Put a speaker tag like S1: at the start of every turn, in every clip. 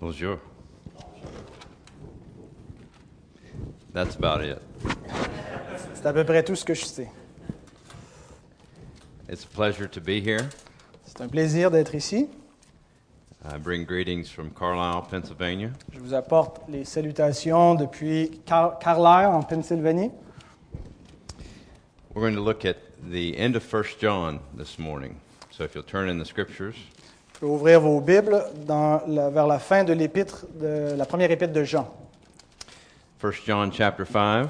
S1: Bonjour. That's about it.
S2: C'est à peu près tout ce que je sais.
S1: It's a pleasure to be here.
S2: C'est un plaisir d'être ici.
S1: I bring greetings from Carlisle, Pennsylvania.
S2: Je vous apporte les salutations depuis Car- Carlisle, en Pennsylvanie.
S1: We're going to look at the end of 1 John this morning. So if you'll turn in the scriptures,
S2: Je peux ouvrir vos Bibles dans la- vers la fin de l'épître, de la première épître de Jean.
S1: 1 John chapter 5,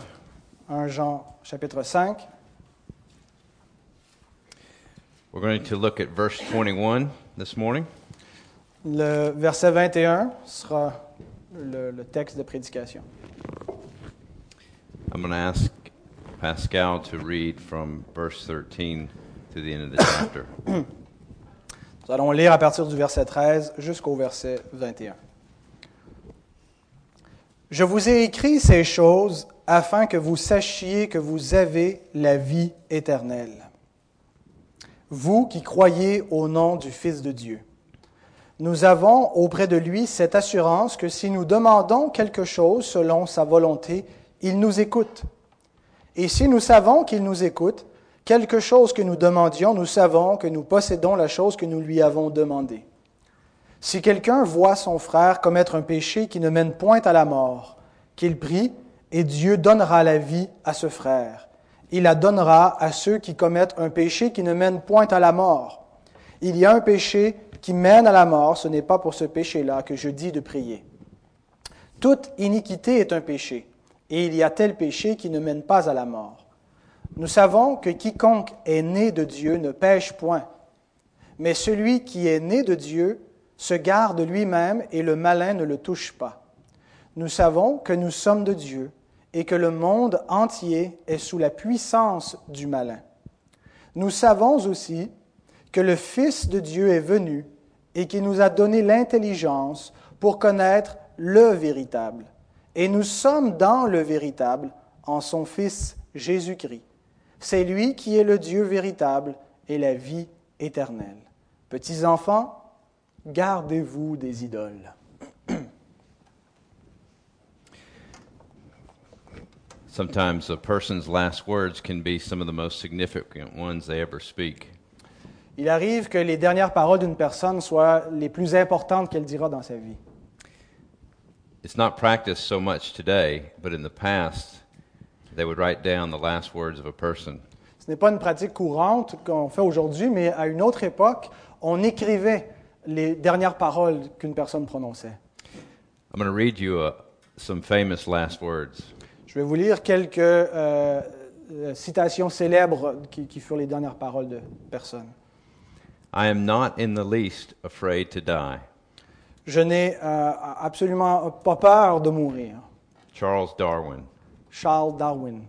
S2: 1 Jean, chapitre 5.
S1: we're going to look at verse 21 this morning.
S2: Le verset 21 sera le, le texte de prédication.
S1: I'm going to ask Pascal to read from verse 13 to the end of the chapter.
S2: Nous allons lire à partir du verset 13 jusqu'au verset 21. Je vous ai écrit ces choses afin que vous sachiez que vous avez la vie éternelle. Vous qui croyez au nom du Fils de Dieu. Nous avons auprès de lui cette assurance que si nous demandons quelque chose selon sa volonté, il nous écoute. Et si nous savons qu'il nous écoute, quelque chose que nous demandions, nous savons que nous possédons la chose que nous lui avons demandée. Si quelqu'un voit son frère commettre un péché qui ne mène point à la mort, qu'il prie, et Dieu donnera la vie à ce frère. Il la donnera à ceux qui commettent un péché qui ne mène point à la mort. Il y a un péché qui mène à la mort, ce n'est pas pour ce péché-là que je dis de prier. Toute iniquité est un péché, et il y a tel péché qui ne mène pas à la mort. Nous savons que quiconque est né de Dieu ne pêche point, mais celui qui est né de Dieu se garde lui-même et le malin ne le touche pas. Nous savons que nous sommes de Dieu et que le monde entier est sous la puissance du malin. Nous savons aussi que le Fils de Dieu est venu et qu'il nous a donné l'intelligence pour connaître le véritable. Et nous sommes dans le véritable, en son Fils Jésus-Christ. C'est lui qui est le Dieu véritable et la vie éternelle. Petits enfants, gardez-vous des idoles.
S1: Sometimes a person's last words can be some of the most significant ones they ever speak.
S2: Il arrive que les dernières paroles d'une personne soient les plus importantes qu'elle dira dans sa vie.
S1: It's not practiced so much today, but in the past, they would write down the last words of a person.
S2: Ce n'est pas une pratique courante qu'on fait aujourd'hui, mais à une autre époque, on écrivait les dernières paroles qu'une personne prononçait.
S1: I'm going to read you uh, some famous last words.
S2: Je vais vous lire quelques euh, euh, citations célèbres qui, qui furent les dernières paroles de personnes.
S1: I am not in the least afraid to die.
S2: Je n'ai euh, absolument pas peur de mourir.
S1: Charles Darwin.
S2: Charles Darwin.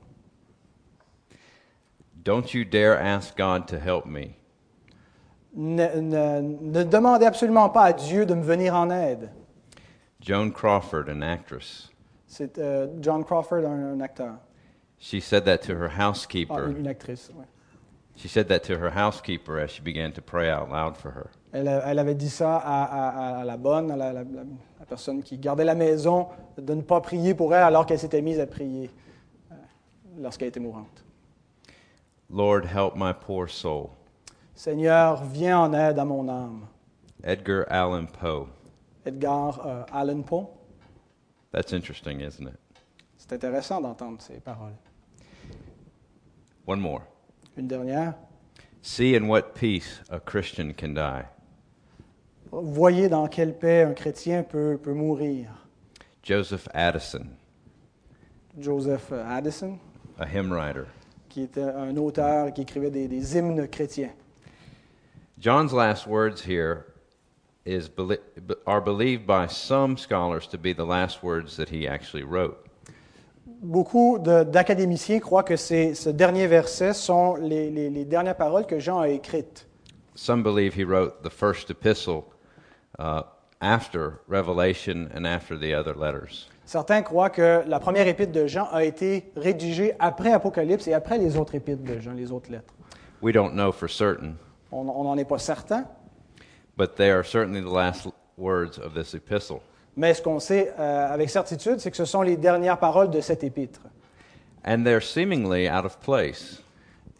S1: Don't you dare ask God to help me.
S2: Ne, ne- ne demandez absolument pas à Dieu de me venir en aide.
S1: Joan Crawford, an actress.
S2: C'est euh, John Crawford, un, un acteur.
S1: She said that to her
S2: Ah, une,
S1: housekeeper.
S2: une actrice. ouais.
S1: She said that to her housekeeper as she began to pray out loud for her.
S2: Elle, a- elle avait dit ça à, à- à- à la bonne, à la, la- la- la personne qui gardait la maison, de ne pas prier pour elle alors qu'elle s'était mise à prier euh, lorsqu'elle était mourante.
S1: Lord, help my poor soul.
S2: Seigneur, viens en aide à mon âme.
S1: Edgar Allan Poe.
S2: Edgar euh, Allan Poe.
S1: That's interesting, isn't it?
S2: C'est intéressant d'entendre ces paroles.
S1: One more.
S2: Une dernière.
S1: See in what peace a Christian can die.
S2: Voyez dans quelle paix un chrétien peut, peut mourir.
S1: Joseph Addison,
S2: Joseph Addison,
S1: a hymn writer.
S2: qui était un auteur qui écrivait des, des hymnes chrétiens.
S1: John's last words here is beli- are believed by some scholars to be the last words that he actually wrote.
S2: Beaucoup de- d'académiciens croient que ces, ce dernier verset sont les, les- les dernières paroles que Jean a écrites.
S1: Some believe he wrote the first epistle uh, after Revelation and after the other letters.
S2: Certains croient que la première épître de Jean a été rédigée après Apocalypse et après les autres épîtres de Jean, les autres lettres.
S1: We don't know for certain,
S2: On on n'en est pas certain,
S1: but they are certainly the last l- words of this epistle.
S2: Mais ce qu'on sait euh, avec certitude, c'est que ce sont les dernières paroles de cet épître.
S1: And they're seemingly out of place.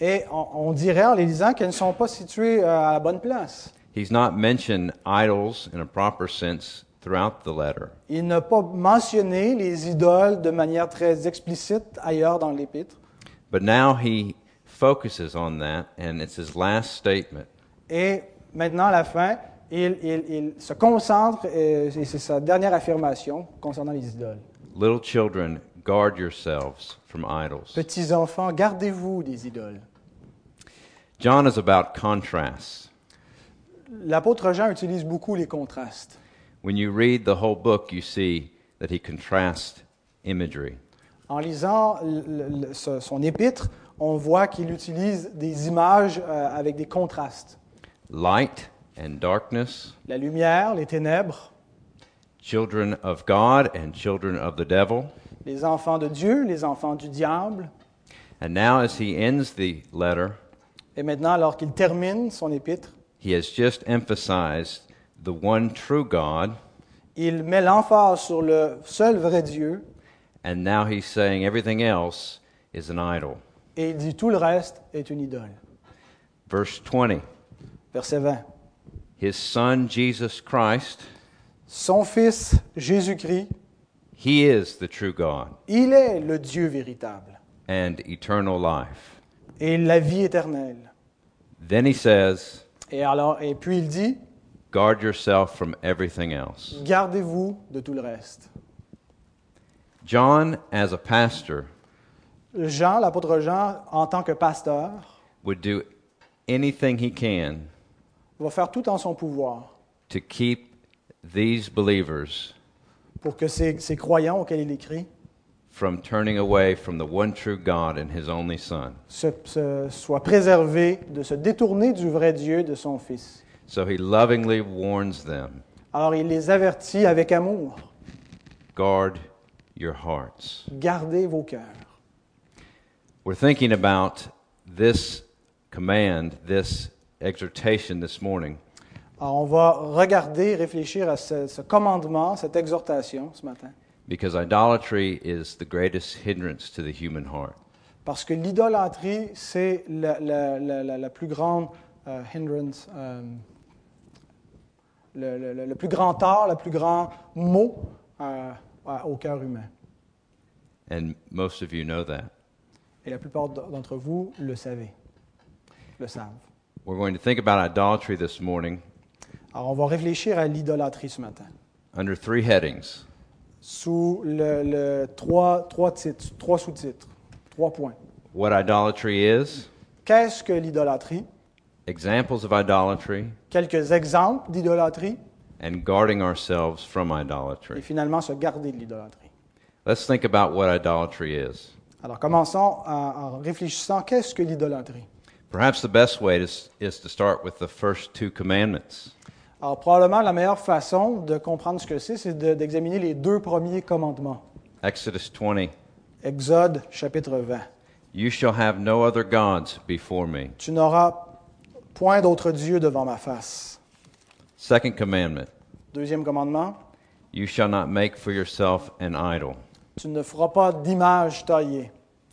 S2: Et on, on dirait en les lisant qu'elles ne sont pas situées euh, à la bonne place.
S1: He's not mentioned idols in a proper sense throughout the letter.
S2: Il n'a pas mentionné les idoles de manière très explicite ailleurs dans l'épître.
S1: But now he focuses on that, and it's his last statement.
S2: Et maintenant, à la fin, il, il- il se concentre, euh, et c'est sa dernière affirmation concernant les idoles.
S1: Little children, guard yourselves from idols.
S2: Petits enfants, gardez-vous des idoles.
S1: John is about contrasts.
S2: L'apôtre Jean utilise beaucoup les contrastes.
S1: When you read the whole book, you see that he contrasts imagery.
S2: En lisant le- le- ce- son épître, on voit qu'il utilise des images euh, avec des contrastes.
S1: Light and darkness,
S2: La lumière, les ténèbres,
S1: children of God and children of the devil.
S2: les enfants de Dieu, les enfants du diable.
S1: And now, as he ends the letter,
S2: Et maintenant, alors qu'il termine son épître,
S1: he has just emphasized the one true God,
S2: il met l'emphase sur le seul vrai Dieu
S1: and now he's saying everything else is an idol.
S2: et il dit tout le reste est une idole.
S1: Verse 20
S2: Verset 20.
S1: His son, Jesus Christ,
S2: Son fils, Jésus-Christ,
S1: he is the true God
S2: il est le Dieu véritable
S1: and eternal life.
S2: et la vie éternelle.
S1: Then he says,
S2: Et, alors, et puis il dit,
S1: Guard yourself from everything else.
S2: gardez-vous de tout le reste.
S1: John, as a pastor,
S2: Jean, l'apôtre Jean, en tant que pasteur,
S1: would do anything he can
S2: va faire tout en son pouvoir
S1: to keep these believers
S2: pour que ces, ces croyants auxquels il écrit
S1: from turning away from the one true God and his only Son.
S2: se, se- soient préservés de se détourner du vrai Dieu de son Fils.
S1: So he lovingly warns them
S2: Alors il les avertit avec amour,
S1: guard your hearts.
S2: gardez vos cœurs.
S1: We're thinking about this command, this exhortation this morning,
S2: Alors, on va regarder, réfléchir à ce, ce commandement, cette exhortation ce matin.
S1: because idolatry is the greatest hindrance to the human heart.
S2: Parce que l'idolâtrie, c'est la, la- la- la- la plus grande euh, hindrance, euh, le, le- le- le plus grand tort, le plus grand mot euh, à- au cœur humain.
S1: And most of you know that.
S2: Et la plupart d- d'entre vous le savez, le savent.
S1: We're going to think about idolatry this morning
S2: Alors, on va réfléchir à l'idolâtrie ce matin,
S1: under three headings
S2: sous le, le- trois, trois titres, trois sous-titres, trois points.
S1: what idolatry is,
S2: Qu'est-ce que l'idolâtrie?
S1: examples of idolatry,
S2: quelques exemples d'idolâtrie
S1: and guarding ourselves from
S2: et
S1: idolatry.
S2: finalement se garder de l'idolâtrie.
S1: Let's think about what idolatry is.
S2: Alors commençons en, en réfléchissant qu'est-ce que l'idolâtrie.
S1: Perhaps the best way is, is to start with the first two commandments.
S2: Alors probablement la meilleure façon de comprendre ce que c'est, c'est de- d'examiner les deux premiers commandements.
S1: Exodus 20
S2: Exode chapitre 20.
S1: You shall have no other gods before me.
S2: Tu n'auras point d'autre Dieu devant ma face.
S1: Second commandment
S2: Deuxième commandement,
S1: You shall not make for yourself an idol.
S2: tu ne feras pas d'image taillée.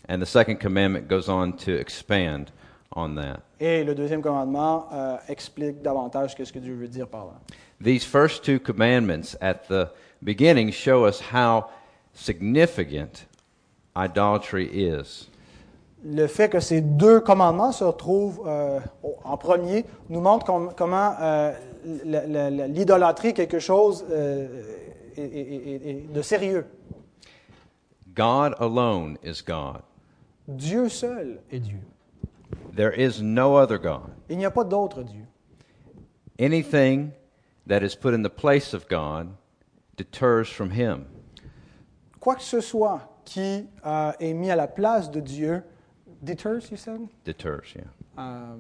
S1: And the second commandment goes on to expand on that.
S2: Et le deuxième commandement euh, explique davantage qu'est-ce que Dieu veut dire par là.
S1: These first two commandments at the beginning show us how significant idolatry is.
S2: le fait que ces deux commandements se retrouvent euh, au- en premier nous montre com- comment euh, la- la- la- l'idolâtrie est quelque chose euh, est- est- est- est de sérieux.
S1: God alone is God.
S2: Dieu seul est Dieu.
S1: There is no other God.
S2: Il n'y a pas d'autre Dieu.
S1: Anything that is put in the place of God deters from Him.
S2: Quoi que ce soit qui euh, est mis à la place de Dieu, deters, you said?
S1: Deters, yeah.
S2: Euh,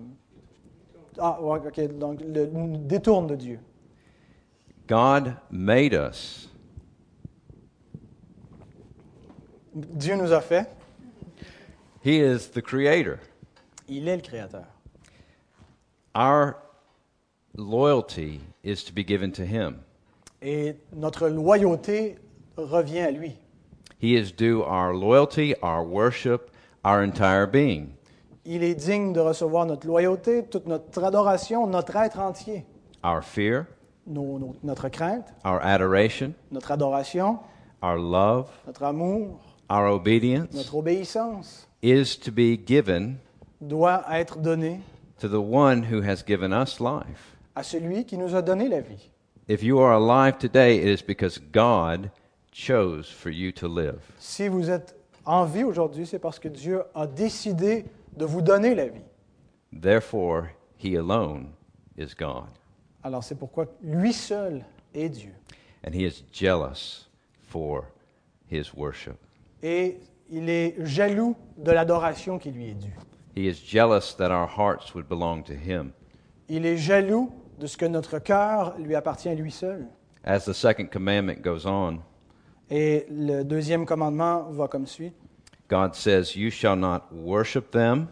S2: ah, ouais, ok, donc le, nous détourne de Dieu.
S1: God made us,
S2: Dieu nous a fait,
S1: He is the Creator.
S2: il est le Créateur.
S1: Our loyalty is to be given to Him.
S2: et notre loyauté revient à lui.
S1: He is due our loyalty, our worship, our entire being.
S2: Il est digne de recevoir notre loyauté, toute notre adoration, notre être entier,
S1: Our fear,
S2: nos- nos- notre crainte,
S1: our adoration,
S2: notre adoration,
S1: our love,
S2: notre amour,
S1: our obedience
S2: notre obéissance
S1: is to be given
S2: doit être donnée
S1: to the one who has given us life.
S2: à celui qui nous a donné la vie.
S1: If you are alive today, it is because God chose for you to live.
S2: Si vous êtes en vie aujourd'hui, c'est parce que Dieu a décidé de vous donner la vie.
S1: Therefore, He alone is God.
S2: Alors c'est pourquoi lui seul est Dieu.
S1: And He is jealous for His worship.
S2: Et il est jaloux de l'adoration qui lui est due.
S1: He is jealous that our hearts would belong to Him.
S2: Il est jaloux de ce que notre cœur lui appartient à lui seul.
S1: As the second commandment goes on,
S2: Et le deuxième commandement va comme suit.
S1: God says, You shall not worship them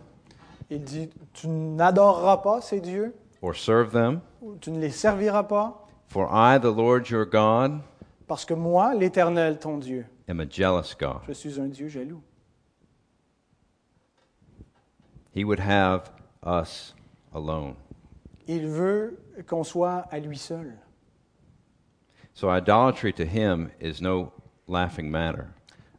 S2: Il dit, tu n'adoreras pas ces dieux,
S1: or serve them,
S2: ou tu ne les serviras pas,
S1: for I, the Lord your God,
S2: parce que moi, l'Éternel, ton Dieu,
S1: am a jealous God.
S2: je suis un Dieu jaloux.
S1: He would have us alone.
S2: Il veut qu'on soit à lui seul.
S1: So idolatry to Him is no laughing matter.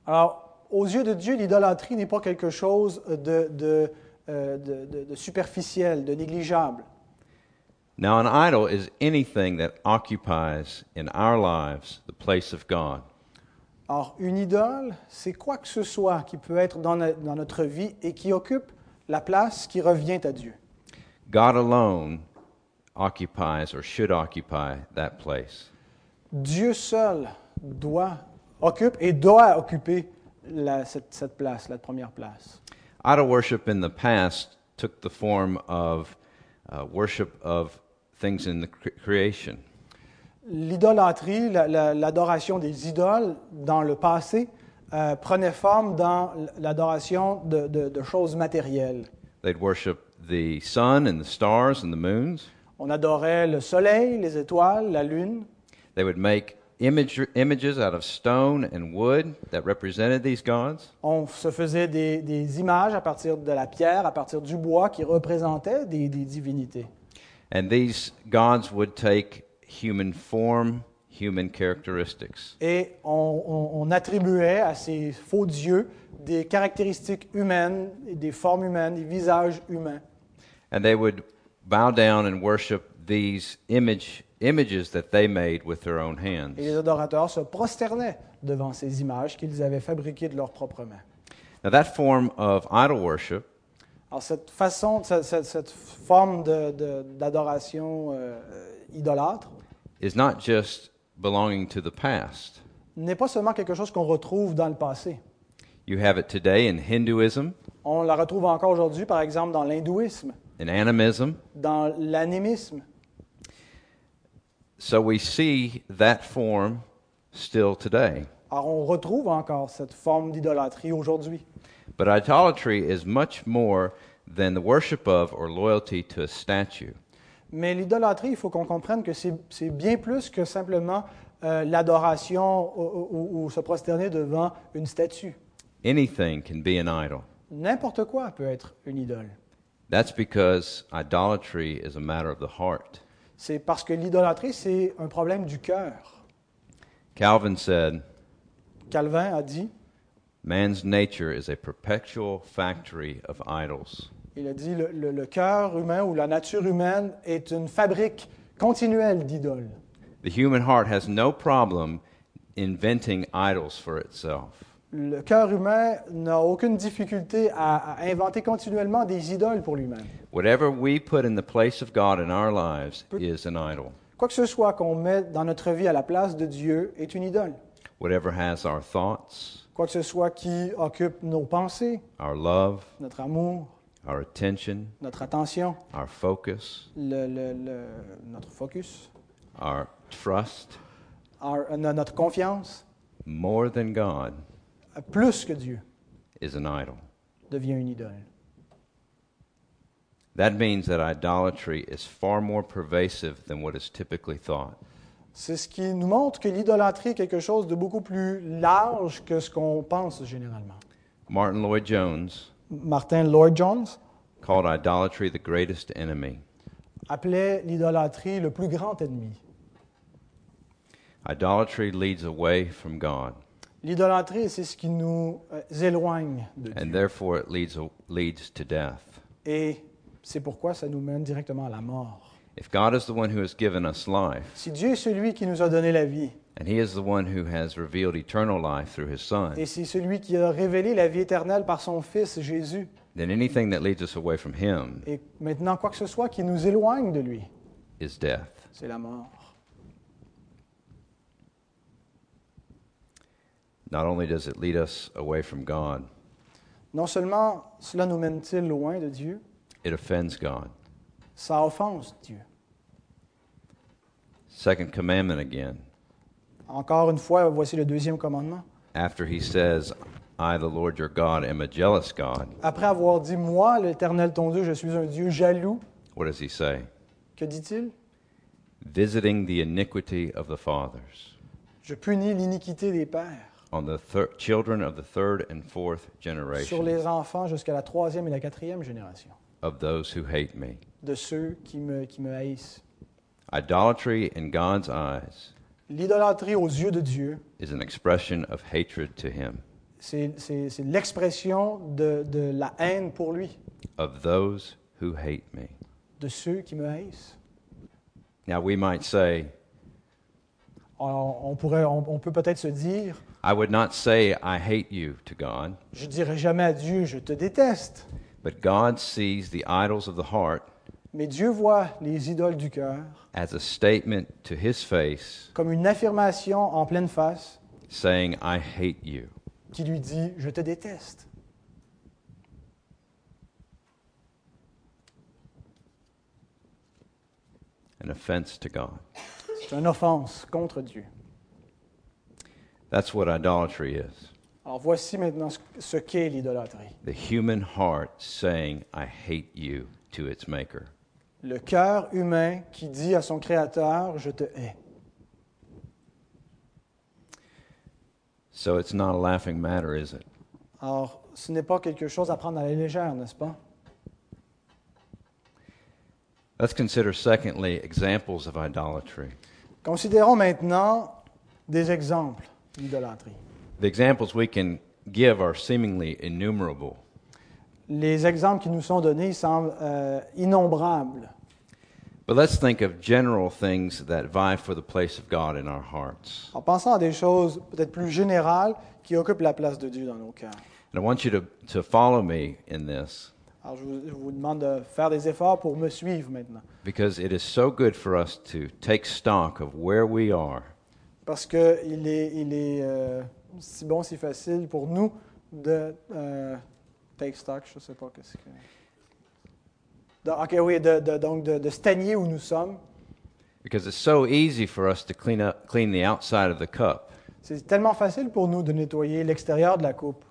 S2: Alors, aux yeux de Dieu, l'idolâtrie n'est pas quelque chose de, de, euh, de- de- de superficiel, de négligeable.
S1: Now, an idol is anything that occupies in our lives the place of God.
S2: Or, une idole, c'est quoi que ce soit qui peut être dans, no- dans notre vie et qui occupe la place qui revient à Dieu.
S1: God alone occupies or should occupy that place.
S2: Dieu seul doit, occupe et doit occuper la- cette, cette place, la première place.
S1: Idol worship in the past took the form of uh, worship of things in the cre- creation.
S2: L'idolâtrie, la- la- l'adoration des idoles dans le passé euh, prenait forme dans l'adoration de- de- de choses matérielles.
S1: They'd worship the sun and the stars and the moons.
S2: On adorait le soleil, les étoiles, la lune.
S1: They would make image, images out of stone and wood that represented these gods.
S2: On se faisait des, des images à partir de la pierre, à partir du bois qui représentaient des, des divinités.
S1: And these gods would take human form, human characteristics.
S2: Et on, on- on attribuait à ces faux dieux des caractéristiques humaines, des formes humaines, des visages humains.
S1: And they would bow down and worship these image, images that they made with their own hands.
S2: Et les adorateurs se prosternaient devant ces images qu'ils avaient fabriquées de leurs propres mains.
S1: Now, that form of idol worship
S2: Alors cette façon, cette, cette- cette forme de- de- d'adoration euh, idolâtre,
S1: is not just belonging to the past.
S2: n'est pas seulement quelque chose qu'on retrouve dans le passé.
S1: You have it today in Hinduism,
S2: On la retrouve encore aujourd'hui, par exemple, dans l'hindouisme,
S1: in animism.
S2: dans l'animisme.
S1: So we see that form still today.
S2: Alors, on retrouve encore cette forme d'idolâtrie aujourd'hui.
S1: But idolatry is much more than the worship of or loyalty to a statue.
S2: Mais l'idolâtrie, il faut qu'on comprenne que c'est c'est bien plus que simplement euh, l'adoration ou, ou- ou se prosterner devant une statue.
S1: Anything can be an idol.
S2: N'importe quoi peut être une idole.
S1: That's because idolatry is a matter of the heart.
S2: C'est parce que l'idolâtrie, c'est un problème du cœur.
S1: Calvin said,
S2: Calvin a dit,
S1: Man's nature is a perpetual factory of idols.
S2: il a dit, le, le- le cœur humain ou la nature humaine est une fabrique continuelle d'idoles.
S1: The human heart has no problem inventing idols for itself.
S2: Le cœur humain n'a aucune difficulté à, à inventer continuellement des idoles pour lui-même.
S1: Whatever we put in the place of God in our lives is an idol.
S2: Quoi que ce soit qu'on met dans notre vie à la place de Dieu est une idole.
S1: Whatever has our thoughts,
S2: Quoi que ce soit qui occupe nos pensées,
S1: our love,
S2: notre amour,
S1: our attention,
S2: notre attention,
S1: our focus,
S2: le- le- le- notre focus,
S1: our trust,
S2: our- euh, no- notre confiance,
S1: more than God
S2: euh, plus que Dieu
S1: is an idol.
S2: devient une idole.
S1: That means that idolatry is far more pervasive than what is typically thought.
S2: C'est ce qui nous montre que l'idolâtrie est quelque chose de beaucoup plus large que ce qu'on pense généralement.
S1: Martin Lloyd Jones
S2: Martin Lloyd-Jones
S1: called idolatry the greatest enemy.
S2: appelait l'idolâtrie le plus grand ennemi.
S1: Idolatry leads away from God,
S2: L'idolâtrie, c'est ce qui nous euh, éloigne de Dieu.
S1: and therefore it leads, leads to death.
S2: Et c'est pourquoi ça nous mène directement à la mort.
S1: If God is the one who has given us life,
S2: Si Dieu est celui qui nous a donné la vie,
S1: and He is the one who has revealed eternal life through His Son,
S2: et c'est celui qui a révélé la vie éternelle par son Fils Jésus,
S1: then anything that leads us away from Him
S2: et maintenant quoi que ce soit qui nous éloigne de lui,
S1: is death.
S2: c'est la mort.
S1: Not only does it lead us away from God,
S2: Non seulement cela nous mène-t-il loin de Dieu,
S1: it offends God.
S2: ça offense Dieu.
S1: Second commandment again.
S2: Encore une fois, voici le deuxième commandement.
S1: After He says, I, the Lord your God, am a jealous God,
S2: Après avoir dit, moi, l'Éternel ton Dieu, je suis un Dieu jaloux,
S1: what does He say?
S2: que dit-il
S1: Visiting the iniquity of the fathers
S2: Je punis l'iniquité des pères
S1: on the thir- children of the third and fourth
S2: sur
S1: generation
S2: les enfants jusqu'à la troisième et la quatrième génération,
S1: of those who hate me.
S2: de ceux qui me, qui me haïssent.
S1: Idolatry in God's eyes
S2: L'idolâtrie aux yeux de Dieu,
S1: is an expression of hatred to him
S2: c'est c'est- c'est l'expression de, de la haine pour lui,
S1: of those who hate me.
S2: de ceux qui me haïssent.
S1: Now we might say,
S2: Alors, on, pourrait, on, on peut peut-être se dire,
S1: I would not say I hate you to God,
S2: je dirai jamais à Dieu, je te déteste.
S1: but God sees the idols of the heart
S2: Mais Dieu voit les idoles du cœur
S1: as a statement to his face
S2: comme une affirmation en pleine face
S1: saying, I hate you.
S2: qui lui dit Je te déteste.
S1: An offense to God.
S2: C'est une offense contre Dieu.
S1: That's what idolatry is
S2: Alors voici maintenant ce- ce qu'est l'idolâtrie.
S1: the human heart saying, I hate you to its maker.
S2: Le cœur humain qui dit à son Créateur Je te hais.
S1: So it's not a laughing matter, is it?
S2: Alors, ce n'est pas quelque chose à prendre à la légère, n'est-ce pas
S1: Let's consider, secondly, examples of idolatry.
S2: Considérons maintenant des exemples d'idolâtrie.
S1: The examples we can give are seemingly innumerable,
S2: Les exemples qui nous sont donnés semblent euh, innombrables,
S1: but let's think of general things that vie for the place of God in our hearts.
S2: en pensant à des choses peut-être plus générales qui occupent la place de Dieu dans nos cœurs.
S1: And I want you to, to follow me in this
S2: Alors, je vous- je vous demande de faire des efforts pour me suivre maintenant.
S1: because it is so good for us to take stock of where we are
S2: parce qu'il est, il est euh, si bon, si facile pour nous de euh, take stock, je ne sais pas qu'est-ce que. De- ok, oui, de, de- donc de, de stagner où nous sommes.
S1: because it's so easy for us to clean up clean the outside of the cup,
S2: C'est tellement facile pour nous de nettoyer l'extérieur de la coupe,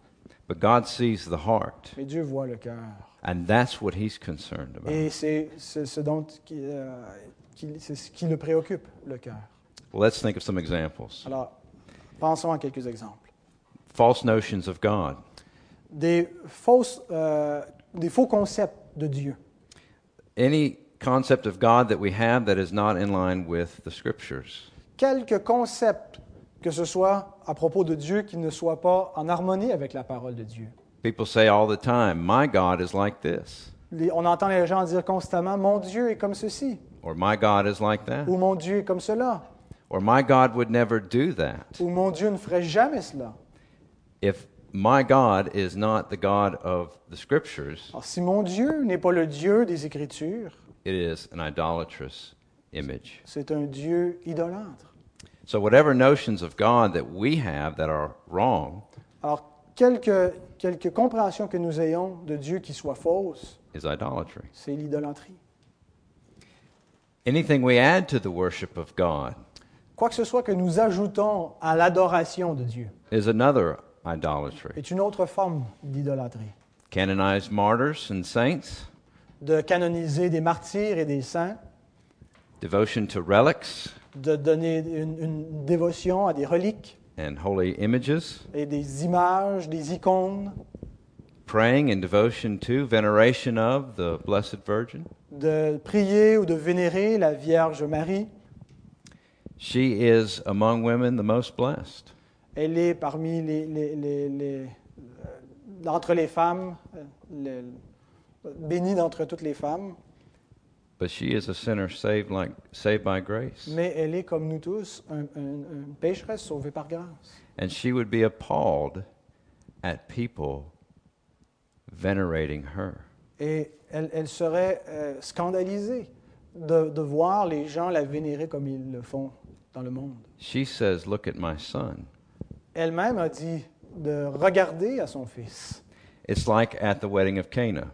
S1: but God sees the heart,
S2: mais Dieu voit le cœur.
S1: and that's what he's concerned about.
S2: Et c'est c'est ce dont qui, euh, qui- c'est ce qui le préoccupe, le cœur.
S1: Well, let's think of some examples.
S2: Alors, pensons à quelques exemples.
S1: False notions of God.
S2: Des, fausses, euh, des faux concepts de Dieu.
S1: any concept of God that we have that is not in line with the scriptures.
S2: quelque concept que ce soit à propos de Dieu qui ne soit pas en harmonie avec la parole de Dieu.
S1: People say all the time, My God is like this,
S2: Les- on entend les gens dire constamment Mon Dieu est comme ceci,
S1: or My God is like that,
S2: ou Mon Dieu est comme cela,
S1: or My God would never do that.
S2: ou Mon Dieu ne ferait jamais cela.
S1: If my God is not the God of the scriptures,
S2: Alors, si mon Dieu n'est pas le Dieu des Écritures,
S1: it is an idolatrous image.
S2: c'est un Dieu idolâtre.
S1: So, whatever notions of God that we have that are wrong
S2: Alors, quelque, quelque compréhension que nous ayons de Dieu qui soit fausse,
S1: is idolatry.
S2: c'est l'idolâtrie.
S1: Anything we add to the worship of God
S2: Quoi que ce soit que nous ajoutons à l'adoration de Dieu
S1: is another idolatry.
S2: est une autre forme d'idolâtrie.
S1: Canonized martyrs and saints
S2: de canoniser des martyrs et des saints,
S1: devotion to relics,
S2: de donner une, une dévotion à des reliques
S1: and holy images,
S2: et des images, des icônes,
S1: praying in devotion to, veneration of the Blessed Virgin.
S2: de prier ou de vénérer la Vierge Marie.
S1: She is among women the most blessed.
S2: Elle est parmi les, les- les- les- euh, entre les femmes, euh, le- le- bénie d'entre toutes les femmes,
S1: But she is a sinner saved like saved by grace.
S2: mais elle est comme nous tous un- un- une pécheresse sauvée par grâce.
S1: And she would be appalled at people venerating her.
S2: Et elle, elle serait euh, scandalisée de, de voir les gens la vénérer comme ils le font dans le monde.
S1: She says, Look at my son.
S2: Elle-même a dit de regarder à son fils,
S1: It's like at the wedding of Cana.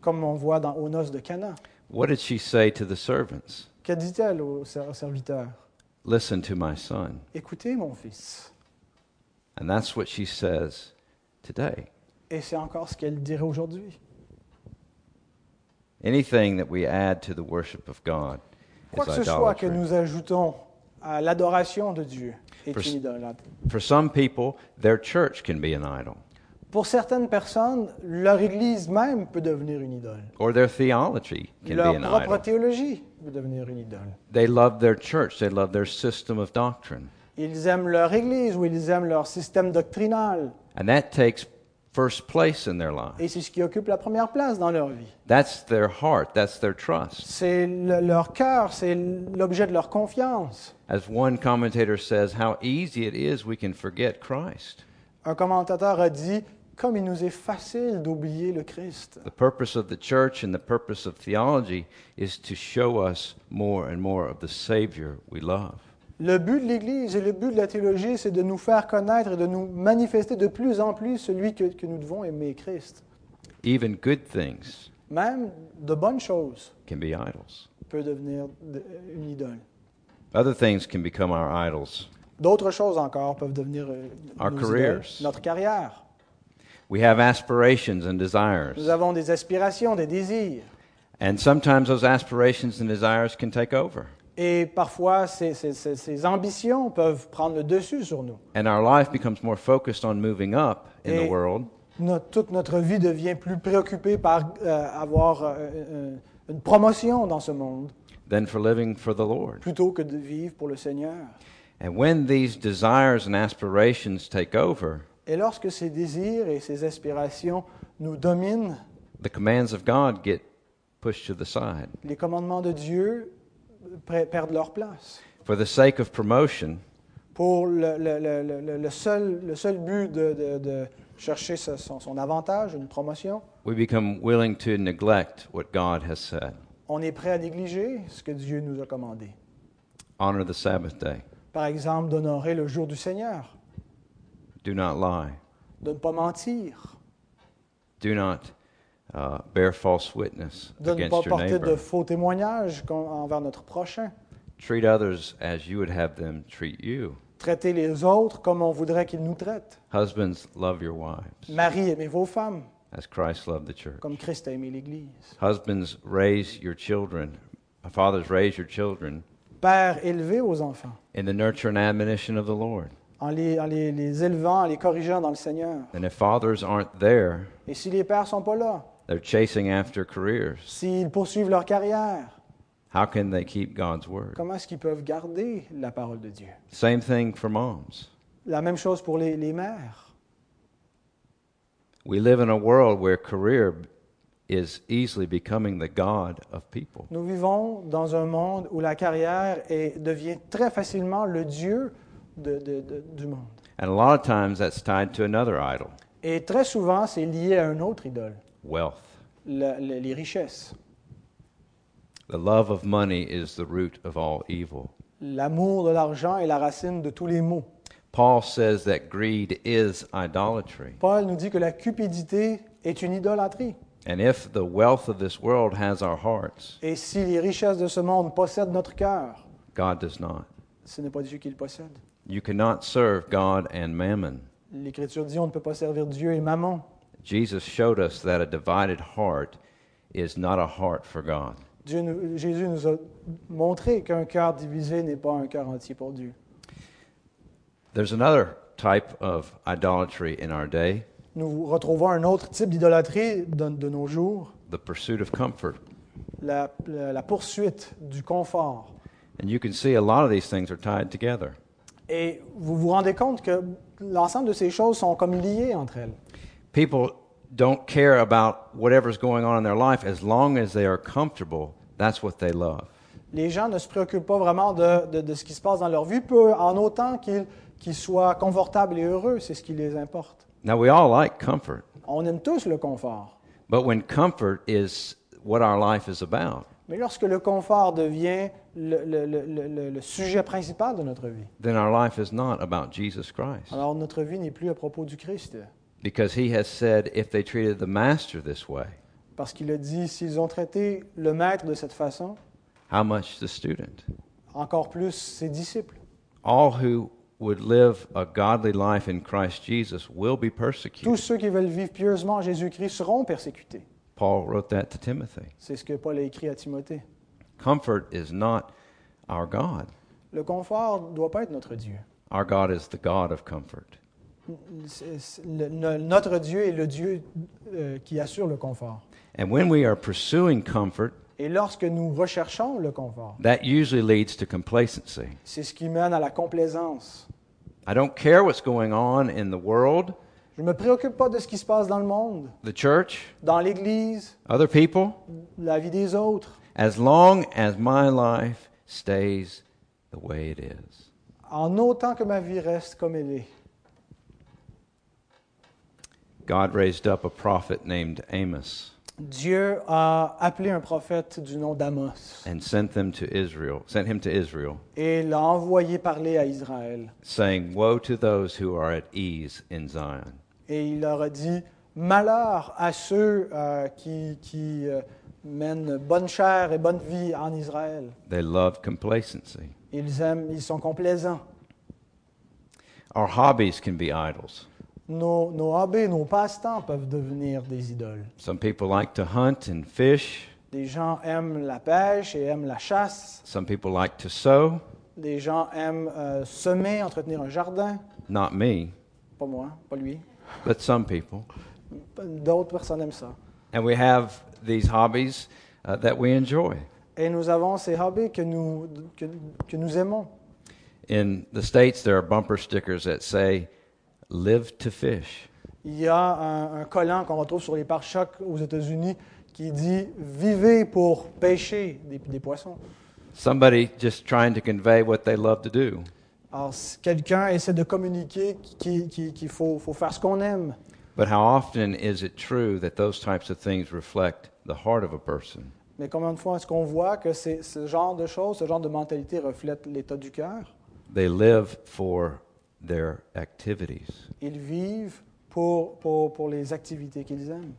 S2: comme on voit dans Aux noces de Cana.
S1: What did she say to the servants?
S2: Que dit-elle au, ser- au serviteur
S1: Listen to my son.
S2: Écoutez, mon fils.
S1: And that's what she says today.
S2: Et c'est encore ce qu'elle dirait aujourd'hui.
S1: Anything that we add to the worship of God
S2: Quoi
S1: is
S2: que ce soit que
S1: idolatry.
S2: nous ajoutons à l'adoration de Dieu est
S1: Pers-
S2: une idolâtrie.
S1: For some people, their church can be an idol,
S2: Pour certaines personnes, leur Église même peut devenir une idole.
S1: or their theology can be
S2: Leur
S1: an
S2: propre
S1: idol.
S2: théologie peut devenir une idole.
S1: They love their church, they love their system of doctrine.
S2: Ils aiment leur Église ou ils aiment leur système doctrinal.
S1: And that takes first place in their life.
S2: Et c'est ce qui occupe la première place dans leur vie.
S1: That's their heart, that's their trust.
S2: C'est le- leur cœur, c'est l'objet de leur confiance.
S1: As one commentator says, how easy it is we can forget Christ.
S2: Un commentateur a dit Comme il nous est facile d'oublier le Christ.
S1: The purpose of the church and the purpose of theology is to show us more and more of the Savior we love.
S2: Le but de l'Église et le but de la théologie, c'est de nous faire connaître et de nous manifester de plus en plus celui que, que nous devons aimer, Christ.
S1: Even good things
S2: Même de bonnes choses
S1: can be idols,
S2: peuvent devenir de- une idole.
S1: other things can become our idols.
S2: D'autres choses encore peuvent devenir euh,
S1: Our
S2: nos
S1: careers.
S2: idoles. notre carrière.
S1: We have aspirations and desires.
S2: Nous avons des aspirations, des désirs.
S1: And sometimes those aspirations and desires can take over.
S2: Et parfois, ces, ces- ces- ces ambitions peuvent prendre le dessus sur nous.
S1: And our life becomes more focused on moving up in the
S2: Eh.
S1: world
S2: Notre- toute notre vie devient plus préoccupée par euh, avoir euh, euh, une promotion dans ce monde
S1: than for living for the Lord.
S2: plutôt que de vivre pour le Seigneur.
S1: And when these desires and aspirations take over,
S2: Et lorsque ces désirs et ces aspirations nous dominent,
S1: the commands of God get pushed to the side.
S2: les commandements de Dieu pre- perdent leur place.
S1: For the sake of promotion,
S2: Pour le, le- le- le- le seul, le seul but de, de- de chercher ce- son- son avantage, une promotion,
S1: we become willing to neglect what God has said.
S2: on est prêt à négliger ce que Dieu nous a commandé.
S1: Honor the Sabbath day.
S2: Par exemple, d'honorer le jour du Seigneur,
S1: Do not lie.
S2: de ne pas mentir,
S1: Do not uh, bear false witness
S2: de ne pas
S1: against your
S2: porter de
S1: neighbor.
S2: faux témoignages con- envers notre prochain,
S1: Treat others as you would have them treat you.
S2: traiter les autres comme on voudrait qu'ils nous traitent.
S1: Husbands, love your wives
S2: Marie, aimez vos femmes
S1: as Christ loved the church.
S2: comme Christ a aimé l'Église.
S1: Husbands, raise your children. Fathers, raise your children
S2: Père, élevez vos enfants
S1: in the nurture and admonition of the Lord.
S2: en les, en les- les élevant, en les corrigeant dans le Seigneur.
S1: And if fathers aren't there,
S2: Et si les pères sont pas là,
S1: they're chasing after careers.
S2: s'ils poursuivent leur carrière,
S1: How can they keep God's word?
S2: comment est-ce qu'ils peuvent garder la parole de Dieu?
S1: Same thing for moms.
S2: La même chose pour les, les mères.
S1: We live in a world where career is easily becoming the God of people.
S2: Nous vivons dans un monde où la carrière est- devient très facilement le Dieu de- de- de- du monde.
S1: And a lot of times that's tied to another idol
S2: Et très souvent, c'est lié à un autre idole,
S1: wealth.
S2: la- la- les richesses.
S1: The love of money is the root of all evil.
S2: L'amour de l'argent est la racine de tous les maux.
S1: Paul says that greed is idolatry.
S2: Paul nous dit que la cupidité est une idolâtrie.
S1: And if the wealth of this world has our hearts,
S2: Et si les richesses de ce monde possèdent notre cœur,
S1: God does not.
S2: ce n'est pas Dieu qui le possède.
S1: You cannot serve God and mammon.
S2: L'Écriture dit on ne peut pas servir Dieu et maman.
S1: Jesus showed us that a divided heart is not a heart for God.
S2: Dieu nous- Jésus nous a montré qu'un cœur divisé n'est pas un cœur entier pour Dieu.
S1: There's another type of idolatry in our day
S2: Nous retrouvons un autre type d'idolâtrie de, de nos jours,
S1: the pursuit of comfort.
S2: la, la- la poursuite du confort.
S1: And you can see a lot of these things are tied together.
S2: Et vous vous rendez compte que l'ensemble de ces choses sont comme liées entre elles.
S1: People don't care about whatever's going on in their life as long as they are comfortable. That's what they love.
S2: Les gens ne se préoccupent pas vraiment de, de- de ce qui se passe dans leur vie, peu en autant qu'ils qu'ils soient confortables et heureux, c'est ce qui les importe.
S1: Now, we all like comfort,
S2: On aime tous le confort,
S1: but when comfort is what our life is about,
S2: mais lorsque le confort devient le, le- le- le- le- le sujet principal de notre vie,
S1: then our life is not about Jesus Christ.
S2: alors notre vie n'est plus à propos du Christ,
S1: Because he has said, if they treated the master this way,
S2: parce qu'il a dit, s'ils ont traité le Maître de cette façon,
S1: how much the student?
S2: encore plus ses disciples.
S1: All who would live a godly life in Christ Jesus will be
S2: Tous
S1: persecuted.
S2: ceux qui veulent vivre pieusement en Jésus-Christ seront persécutés.
S1: Paul wrote that to Timothy.
S2: C'est ce que Paul a écrit à Timothée.
S1: Comfort is not our God.
S2: Le confort ne doit pas être notre Dieu.
S1: Our God is the God of comfort.
S2: C'est- c'est- le- no- notre Dieu est le Dieu euh, qui assure le confort.
S1: And when we are pursuing comfort,
S2: Et lorsque nous recherchons le confort,
S1: that usually leads to complacency.
S2: c'est ce qui mène à la complaisance.
S1: I don't care what's going on in the world,
S2: Je ne me préoccupe pas de ce qui se passe dans le monde,
S1: the church,
S2: dans l'Église,
S1: other people,
S2: la vie des autres,
S1: as long as my life stays the way it is.
S2: en autant que ma vie reste comme elle est.
S1: God raised up a prophet named Amos
S2: Dieu a appelé un prophète du nom d'Amos
S1: and sent them to Israel, sent him to Israel,
S2: et l'a envoyé parler à Israël.
S1: saying, "Woe to those who are at ease in Zion."
S2: Et il leur a dit, malheur à ceux euh, qui, qui, euh, mènent bonne chair et bonne vie en Israël.
S1: They love complacency.
S2: Ils aiment, ils sont complaisants.
S1: Our hobbies can be idols.
S2: Nos, nos hobbies, nos passe-temps peuvent devenir des idoles.
S1: Some people like to hunt and fish.
S2: Des gens aiment la pêche et aiment la chasse.
S1: Some people like to sew.
S2: Des gens aiment euh, semer, entretenir un jardin.
S1: Not me,
S2: Pas moi, pas lui.
S1: but some people.
S2: D'autres personnes aiment ça.
S1: And we have these hobbies uh, that we enjoy.
S2: Et nous avons ces hobbies que nous, que, que nous aimons.
S1: In the States, there are bumper stickers that say, live to fish.
S2: Il y a un, un collant qu'on retrouve sur les pare-chocs aux États-Unis qui dit Vivez pour pêcher des, des poissons.
S1: Somebody just trying to convey what they love to do.
S2: Alors, si quelqu'un essaie de communiquer qu'il qu'il- qu'il faut, faut faire ce qu'on aime.
S1: But how often is it true that those types of things reflect the heart of a person?
S2: Mais combien de fois est-ce qu'on voit que c'est- ce genre de choses, ce genre de mentalité reflète l'état du cœur
S1: They live for their activities.
S2: Ils vivent pour, pour, pour les activités qu'ils aiment.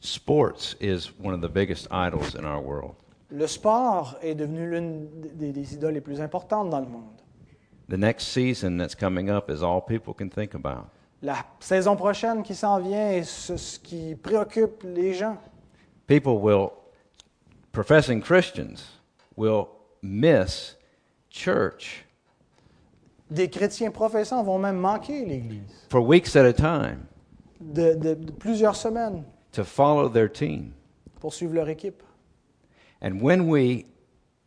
S1: Sports is one of the biggest idols in our world.
S2: Le sport est devenu l'une des, des idoles les plus importantes dans le monde.
S1: The next season that's coming up is all people can think about.
S2: La saison prochaine qui s'en vient est ce- ce qui préoccupe les gens.
S1: People will, professing Christians, will miss church
S2: Des chrétiens professants vont même manquer l'Église
S1: for weeks at a time
S2: de, de- de plusieurs semaines
S1: to follow their team.
S2: pour suivre leur équipe.
S1: And when we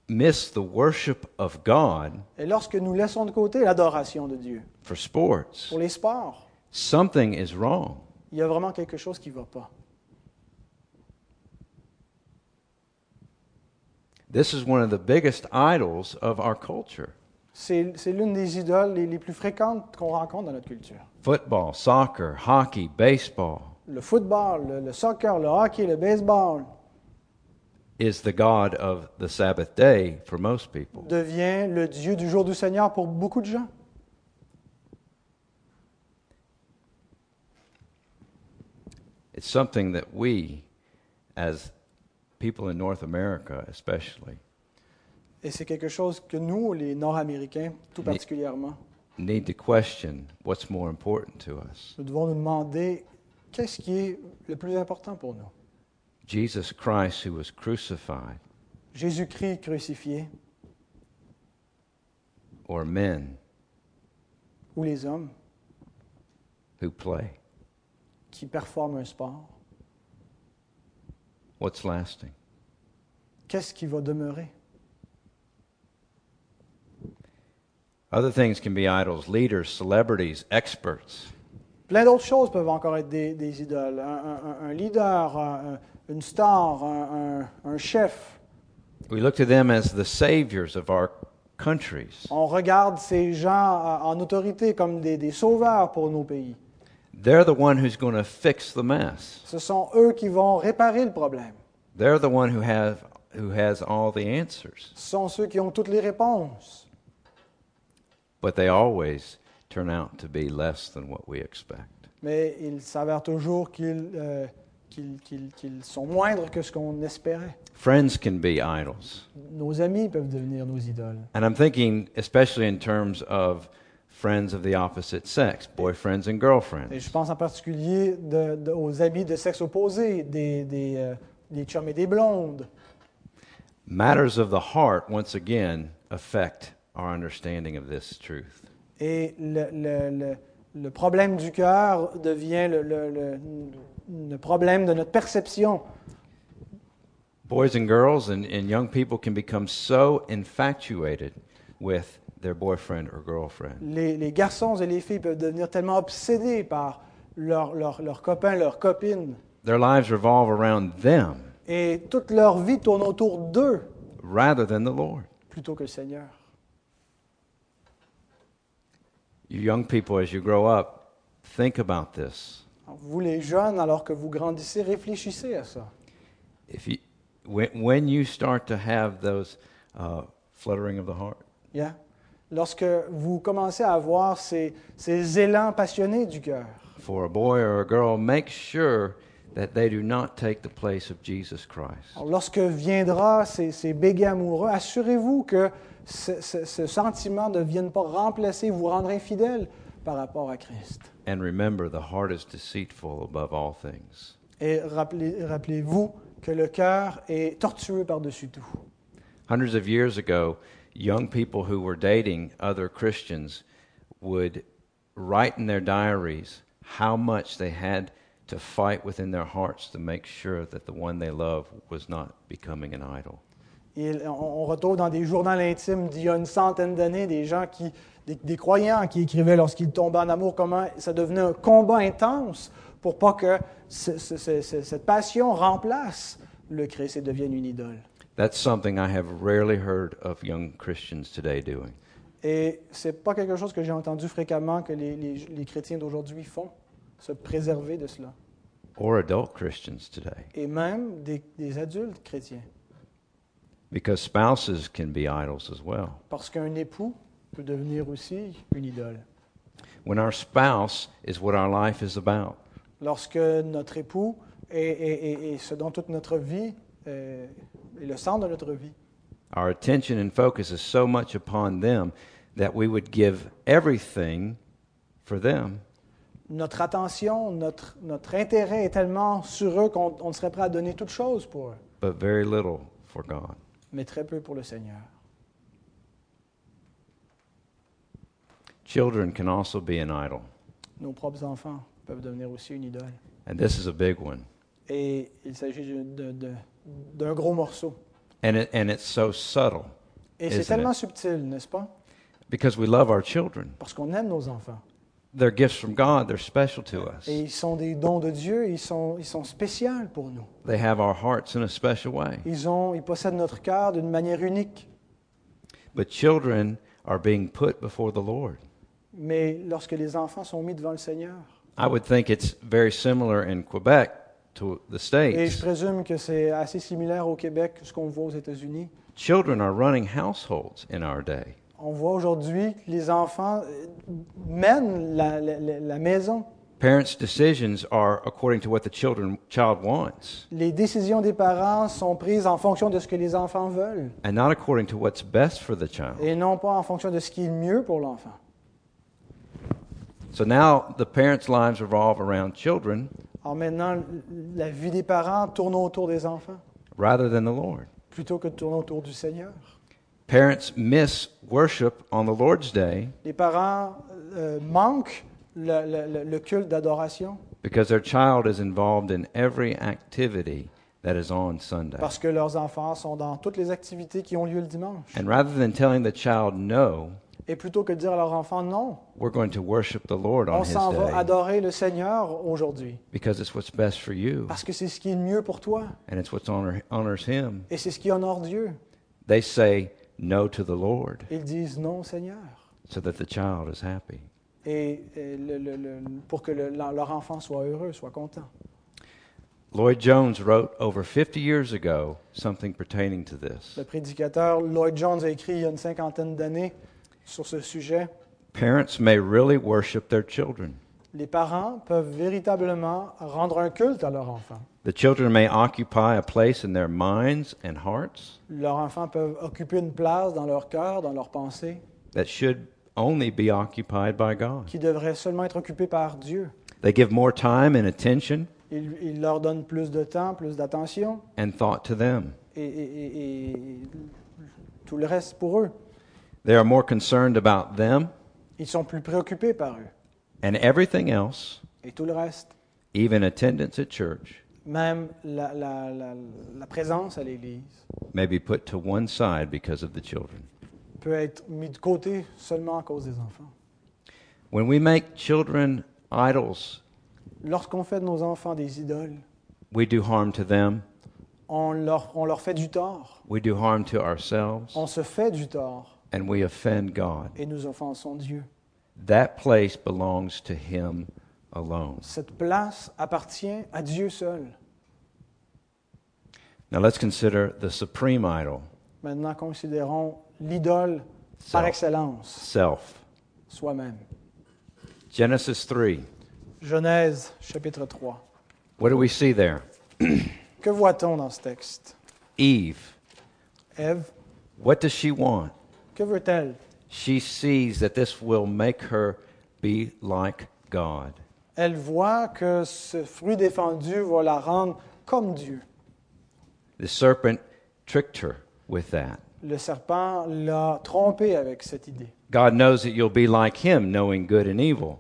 S1: miss the worship of God
S2: Et lorsque nous laissons de côté l'adoration de Dieu
S1: for sports,
S2: pour les sports,
S1: something is wrong.
S2: il y a vraiment quelque chose qui ne va pas.
S1: This is one of the biggest idols of our culture.
S2: C'est c'est l'une des idoles les, les plus fréquentes qu'on rencontre dans notre culture.
S1: Football, soccer, hockey, baseball
S2: Le football, le, le soccer, le hockey, le baseball
S1: is the God of the Sabbath day for most people.
S2: devient le Dieu du jour du Seigneur pour beaucoup de gens.
S1: It's something that we, as people in North America especially,
S2: Et c'est quelque chose que nous, les Nord-Américains, tout
S1: Mais-
S2: particulièrement,
S1: need to question what's more important to us
S2: nous devons nous demander qu'est-ce qui est le plus important pour nous.
S1: Jesus Christ, who was crucified,
S2: Jésus-Christ crucifié
S1: or men
S2: ou les hommes
S1: who play?
S2: qui performent un sport,
S1: What's lasting?
S2: qu'est-ce qui va demeurer?
S1: Other things can be idols leaders, celebrities, experts.
S2: Plein d'autres choses peuvent encore être des, des idoles. Un, un- un- un leader, un- un- une star, un, un- un chef.
S1: We look to them as the saviors of our countries.
S2: On regarde ces gens euh, en autorité comme des, des sauveurs pour nos pays.
S1: They're the one who's going to fix the mess.
S2: Ce sont eux qui vont réparer le problème.
S1: They're the one who have who has all the answers.
S2: Ce sont ceux qui ont toutes les réponses.
S1: But they always turn out to be less than what we expect.
S2: Mais il s'avère toujours qu'ils euh, qu'ils- qu'ils- qu'ils sont moindres que ce qu'on espérait.
S1: Friends can be idols.
S2: Nos amis peuvent devenir nos idoles.
S1: And I'm thinking especially in terms of friends of the opposite sex, boyfriends and
S2: Et
S1: girlfriends.
S2: je pense en particulier de- de- aux amis de sexe opposé, des, des, euh, des chums et des blondes.
S1: Matters of the heart once again affect our understanding of this truth.
S2: Et le, le- le- le problème du cœur devient le, le- le- le problème de notre perception.
S1: Boys and girls and, and young people can become so infatuated with their boyfriend or girlfriend.
S2: Les, les garçons et les filles peuvent devenir tellement obsédés par leurs leur, leurs copains, leurs copines.
S1: Their lives revolve around them
S2: Et toute leur vie tourne autour d'eux
S1: rather than the Lord.
S2: plutôt que le Seigneur.
S1: You young people, as you grow up, think about this.
S2: Alors, vous, les jeunes, alors que vous grandissez, réfléchissez à ça.
S1: If you, when, when you start to have those uh, fluttering of the heart,
S2: Yeah. Lorsque vous commencez à avoir ces, ces élans passionnés du cœur,
S1: for a boy or a girl, make sure that they do not take the place of Jesus Christ.
S2: alors lorsque viendra ces, ces bégues amoureux, assurez-vous que ce, ce- ce sentiment ne vienne pas remplacer, vous rendre infidèle par rapport à Christ.
S1: And remember, the heart is deceitful above all things.
S2: Et rappelez- rappelez-vous que le cœur est tortueux par-dessus tout.
S1: Hundreds of years ago, young people who were dating other Christians would write in their diaries how much they had to fight within their hearts to make sure that the one they love was not becoming an idol.
S2: Il- on, on retrouve dans des journaux intimes d'il y a une centaine d'années des gens qui, des, des croyants qui écrivaient lorsqu'ils tombaient en amour comment ça devenait un combat intense pour pas que ce- ce- ce- ce- cette passion remplace le Christ et devienne une idole.
S1: That's something I have rarely heard of young Christians today doing.
S2: Et c'est pas quelque chose que j'ai entendu fréquemment que les, les- les chrétiens d'aujourd'hui font, se préserver de cela.
S1: Or adult Christians today,
S2: Et même des, des adultes chrétiens,
S1: because spouses can be idols as well.
S2: parce qu'un époux peut devenir aussi une idole.
S1: When our spouse is what our life is about,
S2: lorsque notre époux est, est- est- est ce dont toute notre vie euh, est le centre de notre vie.
S1: Our attention and focus is so much upon them that we would give everything for them
S2: Notre attention, notre, notre intérêt est tellement sur eux qu'on on serait prêt à donner toute chose pour eux,
S1: but very little for God.
S2: mais très peu pour le Seigneur.
S1: Children can also be an idol,
S2: Nos propres enfants peuvent devenir aussi une idole.
S1: and this is a big one.
S2: Et il s'agit d'une- de- de- d'un gros morceau.
S1: And it, and it's so subtle
S2: Et c'est
S1: Isn't
S2: tellement
S1: it?
S2: subtil, n'est-ce pas?
S1: because we love our children.
S2: Parce qu'on aime nos enfants.
S1: They're gifts from God, they're special to us.
S2: Et ils sont des dons de Dieu, ils sont, ils sont spéciaux pour nous.
S1: They have our hearts in a special way.
S2: Ils, ont, ils possèdent notre cœur d'une manière unique.
S1: But children are being put before the Lord.
S2: Mais lorsque les enfants sont mis devant le Seigneur,
S1: I would think it's very similar in Quebec to the
S2: et je
S1: States.
S2: présume que c'est assez similaire au Québec que ce qu'on voit aux États-Unis,
S1: Children are running households in our day.
S2: on voit aujourd'hui que les enfants euh, mènent la, la- la- la maison.
S1: Parents' decisions are according to what the children child wants
S2: Les décisions des parents sont prises en fonction de ce que les enfants veulent
S1: and not according to what's best for the child.
S2: et non pas en fonction de ce qui est le mieux pour l'enfant.
S1: So now the parents' lives revolve around children
S2: Alors maintenant, la vie des parents tourne autour des enfants
S1: rather than the Lord.
S2: plutôt que de tourner autour du Seigneur.
S1: Parents miss worship on the Lord's Day
S2: Les parents euh, manquent le, le- le- le culte d'adoration
S1: because their child is involved in every activity that is on Sunday.
S2: parce que leurs enfants sont dans toutes les activités qui ont lieu le dimanche.
S1: And rather than telling the child no,
S2: Et plutôt que de dire à leur enfant non,
S1: we're going to worship the Lord on
S2: on
S1: his
S2: s'en va
S1: day
S2: adorer le Seigneur aujourd'hui
S1: because it's what's best for you
S2: parce que c'est ce qui est le mieux pour toi
S1: and it's what honor, honors him.
S2: et c'est ce qui honore Dieu.
S1: They say no to the Lord
S2: Ils disent non, Seigneur,
S1: so that the child is happy.
S2: et, et le- le- le- pour que le- leur enfant soit heureux, soit content.
S1: Lloyd Jones wrote over 50 years ago something pertaining to this.
S2: Le prédicateur Lloyd Jones a écrit il y a une cinquantaine d'années sur ce sujet.
S1: Parents may really worship their children.
S2: Les parents peuvent véritablement rendre un culte à leur enfant.
S1: The children may occupy a place in their minds and hearts
S2: Leurs enfants peuvent occuper une place dans leur cœur, dans leurs pensées,
S1: that should only be occupied by God.
S2: qui devrait seulement être occupée par Dieu.
S1: They give more time and attention
S2: Il, il leur donne plus de temps, plus d'attention,
S1: and thought to them.
S2: et, et- et- et tout le reste pour eux.
S1: They are more concerned about them
S2: Ils sont plus préoccupés par eux,
S1: and everything else,
S2: et tout le reste,
S1: even attendance at church,
S2: même la- la- la- la présence à l'Église,
S1: may be put to one side because of the children.
S2: peut être mise de côté seulement à cause des enfants.
S1: When we make children idols,
S2: Lorsqu'on fait de nos enfants des idoles,
S1: we do harm to them,
S2: on leur, on leur fait du tort.
S1: we do harm to ourselves,
S2: On se fait du tort
S1: and we offend God.
S2: et nous offensons Dieu.
S1: That place belongs to Him alone.
S2: Cette place appartient à Dieu seul.
S1: Now let's consider the supreme idol
S2: Maintenant, considérons l'idole par
S1: self.
S2: excellence,
S1: self.
S2: soi-même.
S1: Genesis 3.
S2: Genèse chapitre 3.
S1: What do we see there?
S2: Que voit-on dans ce texte?
S1: Eve.
S2: Ève,
S1: What does she want?
S2: que veut-elle?
S1: She sees that this will make her be like God.
S2: Elle voit que ce fruit défendu va la rendre comme Dieu.
S1: The serpent tricked her with that.
S2: Le serpent l'a trompée avec cette idée.
S1: God knows that you'll be like him, knowing good and evil.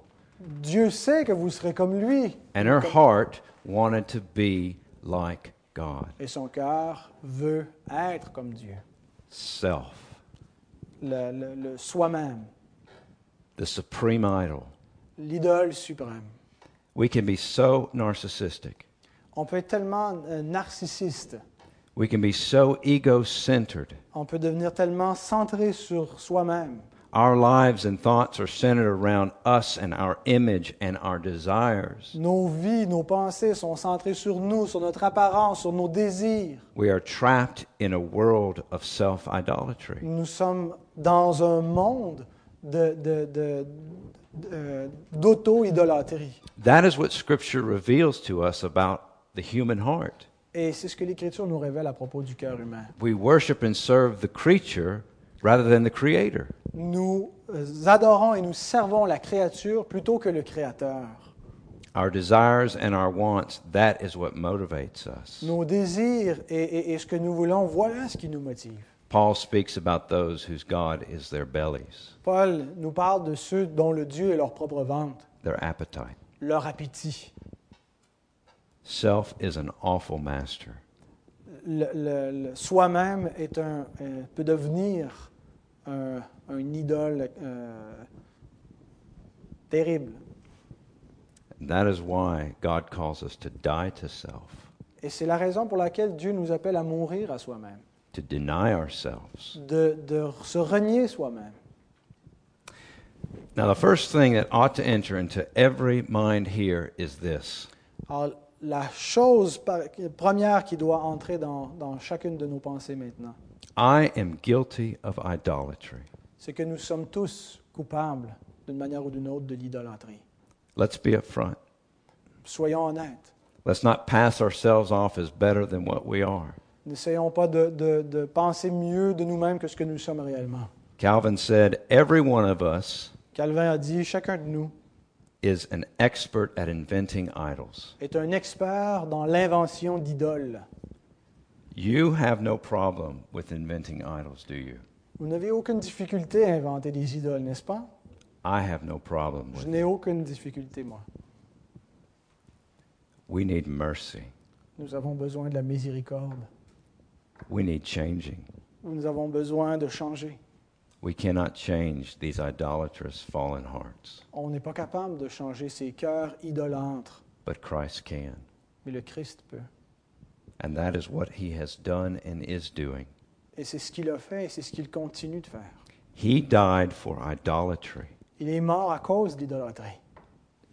S2: Dieu sait que vous serez comme lui.
S1: And her heart wanted to be like God.
S2: Et son cœur veut être comme Dieu,
S1: Self,
S2: le, le- le soi-même,
S1: the supreme idol.
S2: l'idole suprême.
S1: We can be so narcissistic.
S2: On peut être tellement euh, narcissiste,
S1: We can be so ego centered.
S2: on peut devenir tellement centré sur soi-même.
S1: Our lives and thoughts are centered around us and our image and our desires.
S2: Nos vies, nos pensées sont centrées sur nous, sur notre apparence, sur nos désirs.
S1: We are trapped in a world of self idolatry.
S2: Nous sommes dans un monde de- de- de- de- euh, d'auto-idolâtrie.
S1: That is what Scripture reveals to us about the human heart.
S2: Et c'est ce que l'Écriture nous révèle à propos du cœur humain.
S1: We worship and serve the creature rather than the creator.
S2: Nous euh, adorons et nous servons la créature plutôt que le Créateur.
S1: Our desires and our wants, that is what motivates us.
S2: Nos désirs et, et- et ce que nous voulons, voilà ce qui nous motive.
S1: Paul speaks about those whose God is their bellies,
S2: Paul nous parle de ceux dont le Dieu est leur propre vente,
S1: their appetite.
S2: leur appétit.
S1: Self is an awful master.
S2: Le- le- le- Soi-même est un, euh, peut devenir un, un idole euh, terrible.
S1: And that is why God calls us to die to self,
S2: Et c'est la raison pour laquelle Dieu nous appelle à mourir à soi-même,
S1: to deny ourselves.
S2: de, de se renier soi-même.
S1: Now, the first thing that ought to enter into every mind here is this
S2: Alors, la chose par- première qui doit entrer dans, dans chacune de nos pensées maintenant,
S1: I am guilty of idolatry.
S2: c'est que nous sommes tous coupables, d'une manière ou d'une autre, de l'idolâtrie.
S1: Let's be upfront.
S2: Soyons honnêtes.
S1: Let's not pass ourselves off as better than what we are.
S2: N'essayons pas de, de- de penser mieux de nous-mêmes que ce que nous sommes réellement.
S1: Calvin said, Every one of us
S2: Calvin a dit, chacun de nous
S1: is an expert at inventing idols.
S2: est un expert dans l'invention d'idoles.
S1: You have no problem with inventing idols, do you?
S2: Vous n'avez aucune difficulté à inventer des idoles, n'est-ce pas?
S1: I have no problem
S2: Je
S1: with it.
S2: n'ai aucune difficulté, moi.
S1: We need mercy.
S2: Nous avons besoin de la miséricorde.
S1: We need changing.
S2: Nous avons besoin de changer.
S1: We cannot change these idolatrous fallen hearts,
S2: On n'est pas capable de changer ces cœurs idolâtres,
S1: but Christ can.
S2: mais le Christ peut.
S1: And that is what he has done and is doing.
S2: Et c'est ce qu'il a fait et c'est ce qu'il continue de faire.
S1: He died for idolatry,
S2: Il est mort à cause de l'idolâtrie.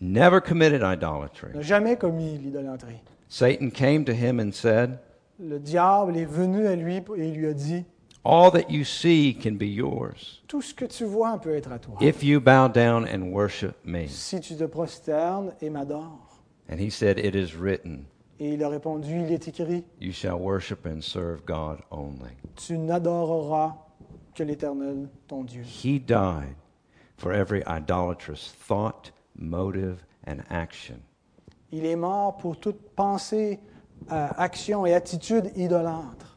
S1: never committed
S2: Il n'a
S1: idolatry.
S2: jamais commis l'idolâtrie.
S1: Satan came to him and said,
S2: Le diable est venu à lui et il lui a dit
S1: All that you see can be yours
S2: Tout ce que tu vois peut être à toi.
S1: if you bow down and worship me.
S2: Si tu te prosternes et m'adores.
S1: And he said, It is written,
S2: Et il a répondu Il est écrit
S1: You shall worship and serve God only.
S2: Tu n'adoreras que l'Éternel, ton Dieu.
S1: He died for every idolatrous thought, motive, and action.
S2: Il est mort pour toute pensée, euh, action et attitude idolâtre.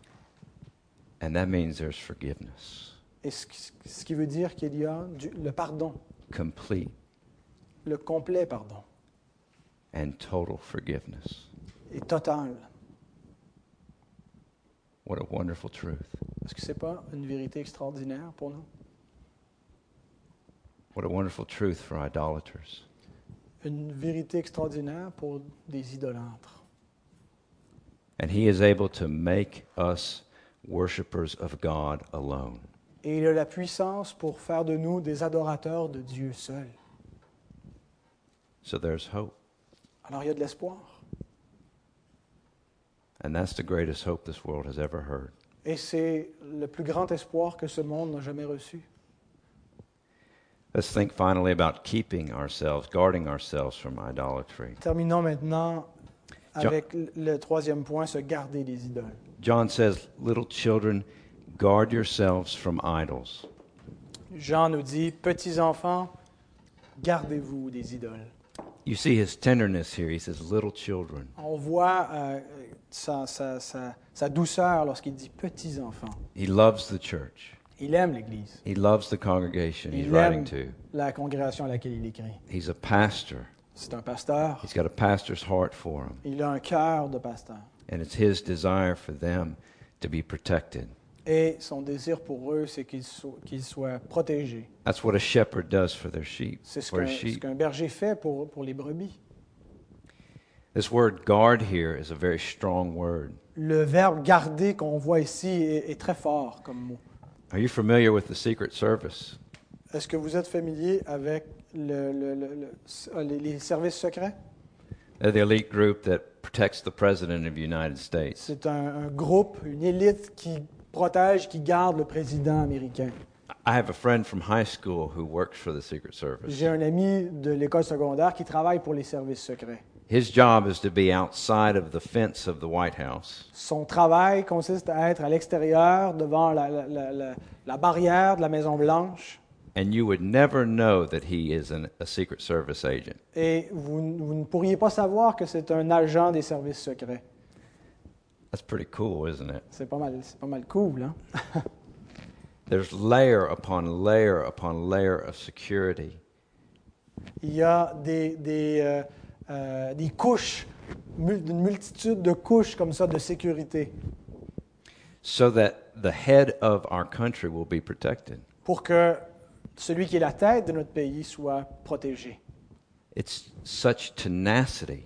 S1: And that means there's forgiveness,
S2: Et ce, qui- ce qui veut dire qu'il y a du- le pardon,
S1: complete
S2: le complet pardon,
S1: and total forgiveness.
S2: et total.
S1: What a wonderful truth.
S2: Est-ce que ce n'est pas une vérité extraordinaire pour nous?
S1: What a wonderful truth for idolaters.
S2: Une vérité extraordinaire pour des idolâtres.
S1: And he is able to make us worshipers of God alone.
S2: Et il a la puissance pour faire de nous des adorateurs de Dieu seul.
S1: So there's hope.
S2: Alors il y a de l'espoir.
S1: And that's the greatest hope this world has ever heard.
S2: Et c'est le plus grand espoir que ce monde n'a jamais reçu.
S1: Let's think finally about keeping ourselves, guarding ourselves from idolatry.
S2: Terminons maintenant
S1: Jean-
S2: avec le- le troisième point, se garder des idoles.
S1: John says, Little children, guard yourselves from idols.
S2: Jean nous dit, petits enfants, gardez-vous des idoles.
S1: You see his tenderness here. He says, Little children.
S2: On voit euh, sa, sa- sa- sa douceur lorsqu'il dit petits enfants.
S1: He loves the church,
S2: Il aime l'Église,
S1: he loves the congregation he's
S2: Il
S1: writing to.
S2: aime. la congrégation à laquelle il écrit.
S1: He's a pastor,
S2: C'est un pasteur.
S1: he's got a pastor's heart for him,
S2: Il a un cœur de pasteur.
S1: and it's his desire for them to be protected.
S2: Et son désir pour eux, c'est qu'ils so- qu'ils soient protégés.
S1: That's what a shepherd does for their sheep.
S2: C'est ce
S1: for
S2: qu'un
S1: his
S2: ce
S1: sheep.
S2: qu'un berger fait pour, pour les brebis.
S1: This word guard here is a very strong word.
S2: Le verbe garder qu'on voit ici est, est très fort comme mot.
S1: Are you familiar with the Secret Service?
S2: Est-ce que vous êtes familier avec le- le- le- le- les- les services secrets?
S1: They're the elite group that protects the President of the United States.
S2: C'est un, un groupe, une élite qui protège, qui garde le président américain.
S1: I have a friend from high school who works for the Secret Service.
S2: J'ai un ami de l'école secondaire qui travaille pour les services secrets.
S1: His job is to be outside of the fence of the White House
S2: Son travail consiste à être à l'extérieur, devant la, la- la- la- la barrière de la Maison Blanche,
S1: and you would never know that he is an, a Secret Service agent.
S2: et vous, n- vous ne pourriez pas savoir que c'est un agent des services secrets.
S1: That's pretty cool, isn't it?
S2: C'est pas mal, c'est pas mal cool, hein?
S1: There's layer upon layer upon layer of security.
S2: Il y a des, des, euh, euh, des couches, mul- une multitude de couches comme ça de sécurité.
S1: so that the head of our country will be protected.
S2: pour que celui qui est la tête de notre pays soit protégé.
S1: It's such tenacity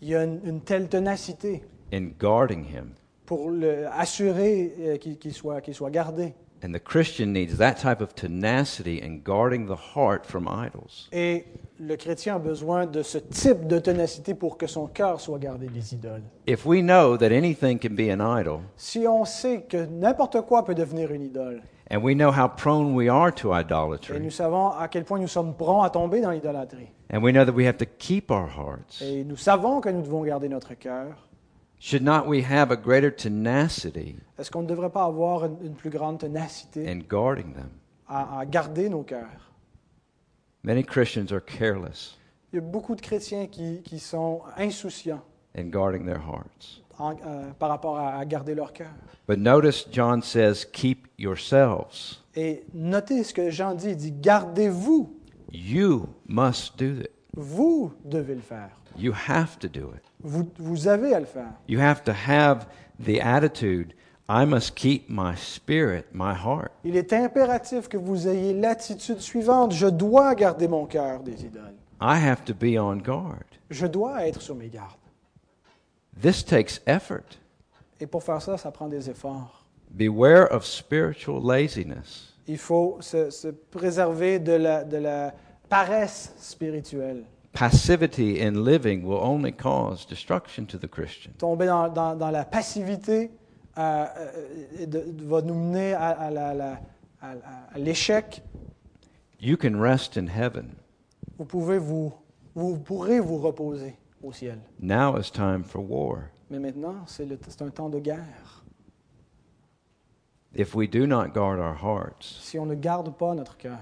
S2: Il y a une, une telle ténacité
S1: in guarding him.
S2: pour le- assurer euh, qu'il qu'il soit, qu'il soit gardé.
S1: And the Christian needs that type of tenacity in guarding the heart from idols.
S2: Et le chrétien a besoin de ce type de ténacité pour que son cœur soit gardé des idoles.
S1: If we know that anything can be an idol,
S2: Si on sait que n'importe quoi peut devenir une idole,
S1: and we know how prone we are to
S2: et nous
S1: idolatry,
S2: savons à quel point nous sommes prompts à tomber dans l'idolâtrie,
S1: and we know that we have to keep our hearts,
S2: et nous savons que nous devons garder notre cœur,
S1: should not we have a greater tenacity
S2: est-ce qu'on ne devrait pas avoir une, une plus grande ténacité
S1: in guarding them?
S2: à- à garder nos cœurs?
S1: Many Christians are careless
S2: Il y a beaucoup de chrétiens qui, qui sont insouciants
S1: in guarding their hearts.
S2: en- en- euh, par rapport à, à garder leur cœur.
S1: But notice John says, Keep yourselves.
S2: Et notez ce que Jean dit, il dit, gardez-vous,
S1: You must do it.
S2: vous devez le faire,
S1: You have to do it.
S2: vous, vous avez à le faire.
S1: You have to have the attitude I must keep my spirit, my heart.
S2: Il est impératif que vous ayez l'attitude suivante, je dois garder mon cœur des idoles,
S1: I have to be on guard.
S2: je dois être sur mes gardes.
S1: This takes effort.
S2: Et pour faire ça, ça prend des efforts.
S1: Beware of spiritual laziness.
S2: Il faut se, se préserver de la, de la paresse spirituelle.
S1: Passivity in living will only cause destruction to the Christian.
S2: Tomber dans, dans- dans la passivité euh, euh, de- de- va nous mener à, à la- la- à- à- à l'échec.
S1: You can rest in heaven.
S2: Vous, pouvez vous, vous pourrez vous reposer au ciel.
S1: Now is time for war.
S2: Mais maintenant, c'est le- c'est un temps de guerre.
S1: If we do not guard our hearts,
S2: Si on ne garde pas notre cœur,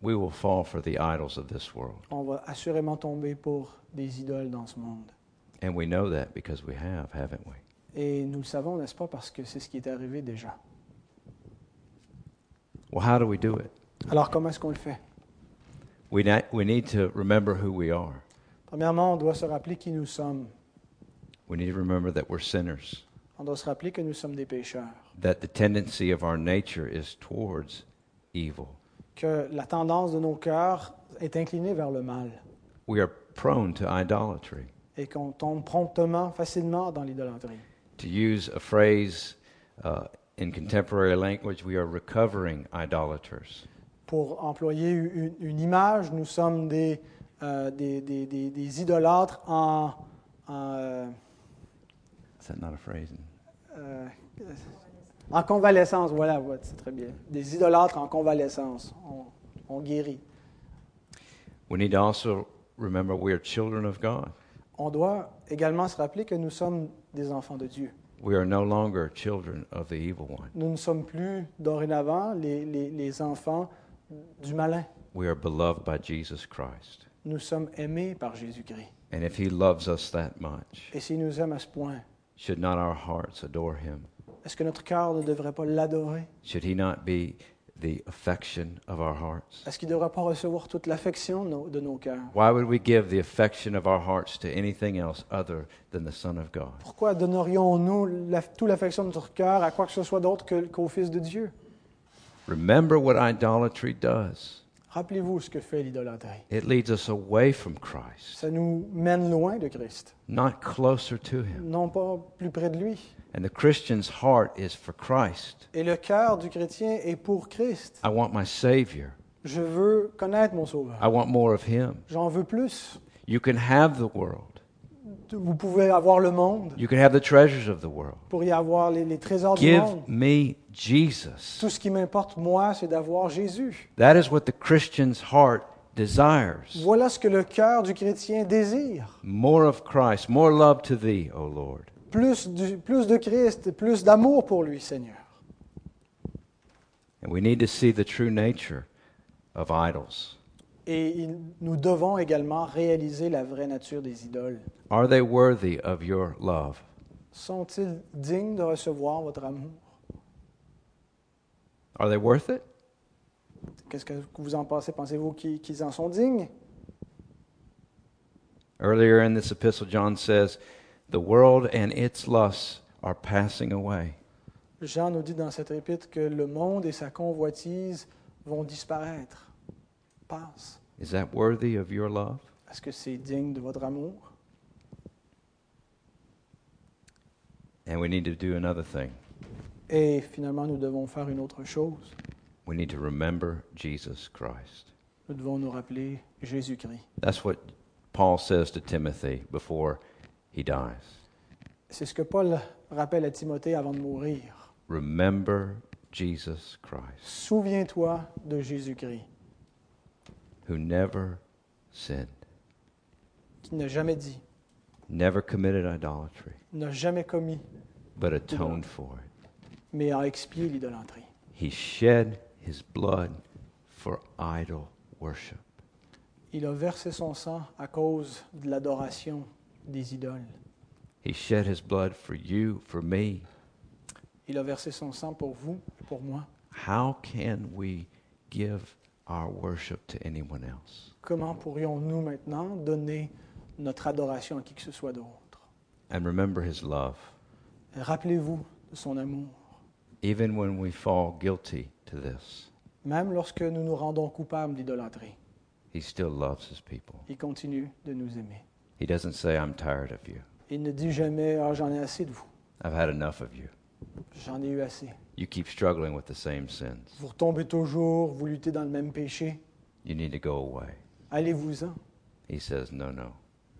S1: we will fall for the idols of this world.
S2: on va assurément tomber pour des idoles dans ce monde.
S1: And we know that because we have, haven't we?
S2: Et nous le savons, n'est-ce pas, parce que c'est ce qui est arrivé déjà.
S1: Well, how do we do it?
S2: Alors, comment est-ce qu'on le fait?
S1: We, na- we need to remember who we are.
S2: Premièrement, on doit se rappeler qui nous sommes.
S1: We need to remember that we're sinners,
S2: On doit se rappeler que nous sommes des pécheurs,
S1: that the tendency of our nature is towards evil.
S2: que la tendance de nos cœurs est inclinée vers le mal
S1: We are prone to idolatry.
S2: et qu'on tombe promptement, facilement dans l'idolâtrie.
S1: To use a phrase uh, in contemporary language, we are recovering idolaters.
S2: Pour employer une, une image, nous sommes des, euh, des, des- des- des idolâtres en... en, euh,
S1: Is that not a phrase?
S2: euh, en convalescence, voilà, ouais, c'est très bien. Des idolâtres en convalescence, on, on guérit.
S1: We need to also remember we are children of God.
S2: On doit également se rappeler que nous sommes des enfants de Dieu.
S1: We are no longer children of the evil one.
S2: Nous ne sommes plus dorénavant les, les- les enfants du malin.
S1: We are beloved by Jesus Christ.
S2: Nous sommes aimés par Jésus-Christ.
S1: And if he loves us that much,
S2: Et s'il nous aime à ce point,
S1: should not our hearts adore him?
S2: est-ce que notre cœur ne devrait pas l'adorer?
S1: Should he not be the affection of our hearts?
S2: Est-ce qu'il ne devrait pas recevoir toute l'affection de nos- de nos cœurs?
S1: Why would we give the affection of our hearts to anything else other than the Son of God?
S2: Pourquoi donnerions-nous la- toute l'affection de notre cœur à quoi que ce soit d'autre que- qu'au Fils de Dieu?
S1: Remember what idolatry does
S2: Rappelez-vous ce que fait l'idolâtrie.
S1: it leads us away from Christ,
S2: Ça nous mène loin de Christ,
S1: not closer to him.
S2: non pas plus près de lui.
S1: And the Christian's heart is for Christ.
S2: Et le cœur du chrétien est pour Christ.
S1: I want my Savior,
S2: Je veux connaître mon Sauveur.
S1: I want more of him.
S2: J'en veux plus.
S1: You can have the world,
S2: Vous pouvez avoir le monde,
S1: you can have the treasures of the world.
S2: vous pourriez avoir les, les trésors du monde.
S1: Give me Jesus.
S2: Tout ce qui m'importe, moi, c'est d'avoir Jésus.
S1: That is what the Christian's heart desires.
S2: Voilà ce que le cœur du chrétien désire.
S1: More of Christ, more love to thee, O Lord.
S2: Plus, du- plus de Christ, plus d'amour pour lui, Seigneur.
S1: And we need to see the true nature of idols.
S2: Et il- nous devons également réaliser la vraie nature des idoles.
S1: Are they worthy of your love?
S2: Sont-ils dignes de recevoir votre amour?
S1: Are they worth it?
S2: Qu'est-ce que vous en pensez? Pensez-vous qu'ils qu'ils en sont dignes?
S1: Earlier in this epistle, John says, The world and its lusts are passing away,
S2: Jean nous dit dans cette épître que le monde et sa convoitise vont disparaître, passent.
S1: is that worthy of your love?
S2: Est-ce que c'est digne de votre amour?
S1: And we need to do another thing.
S2: Et finalement, nous devons faire une autre chose.
S1: We need to remember Jesus Christ.
S2: Nous devons nous rappeler Jésus-Christ.
S1: That's what Paul says to Timothy before he dies.
S2: C'est ce que Paul rappelle à Timothée avant de mourir.
S1: Remember Jesus Christ,
S2: Souviens-toi de Jésus-Christ,
S1: who never sinned,
S2: qui n'a jamais dit,
S1: never committed idolatry,
S2: n'a jamais commis,
S1: but atoned for it.
S2: mais a expié l'idolâtrie.
S1: He shed his blood for idol worship.
S2: Il a versé son sang à cause de l'adoration des idoles.
S1: He shed his blood for you, for me.
S2: Il a versé son sang pour vous et pour moi.
S1: How can we give our worship to anyone else?
S2: Comment pourrions-nous maintenant donner notre adoration à qui que ce soit d'autre?
S1: And remember his love.
S2: Rappelez-vous de son amour.
S1: Even when we fall guilty to this,
S2: Même lorsque nous nous rendons coupables d'idolâtrie,
S1: he still loves his people.
S2: il continue de nous aimer.
S1: He doesn't say, I'm tired of you.
S2: Il ne dit jamais Ah, j'en ai assez de vous,
S1: I've had enough of you.
S2: j'en ai eu assez.
S1: You keep struggling with the same sins.
S2: Vous retombez toujours, vous luttez dans le même péché,
S1: You need to go away.
S2: allez-vous-en.
S1: He says, No, no.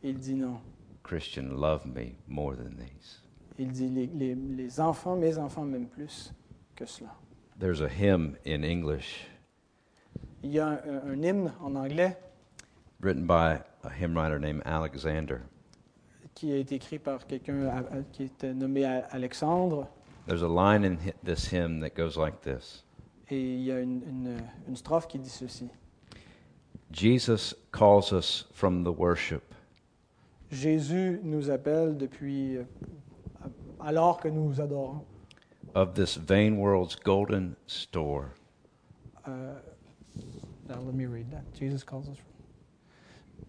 S2: Il dit non.
S1: Christian, love me more than these.
S2: Il dit les, les- les enfants, mes enfants, même plus que cela.
S1: There's a hymn in English
S2: Il y a un, un- un hymne en anglais
S1: written by a hymn writer named Alexander.
S2: qui est écrit par quelqu'un à- à- qui était nommé A- Alexandre,
S1: There's a line in hi- this hymn that goes like this
S2: et il y a une, une- une strophe qui dit ceci.
S1: Jesus calls us from the worship
S2: Jésus nous appelle depuis euh, alors que nous adorons
S1: of this vain world's golden store
S2: Euh, now let me read that. Jesus calls us from-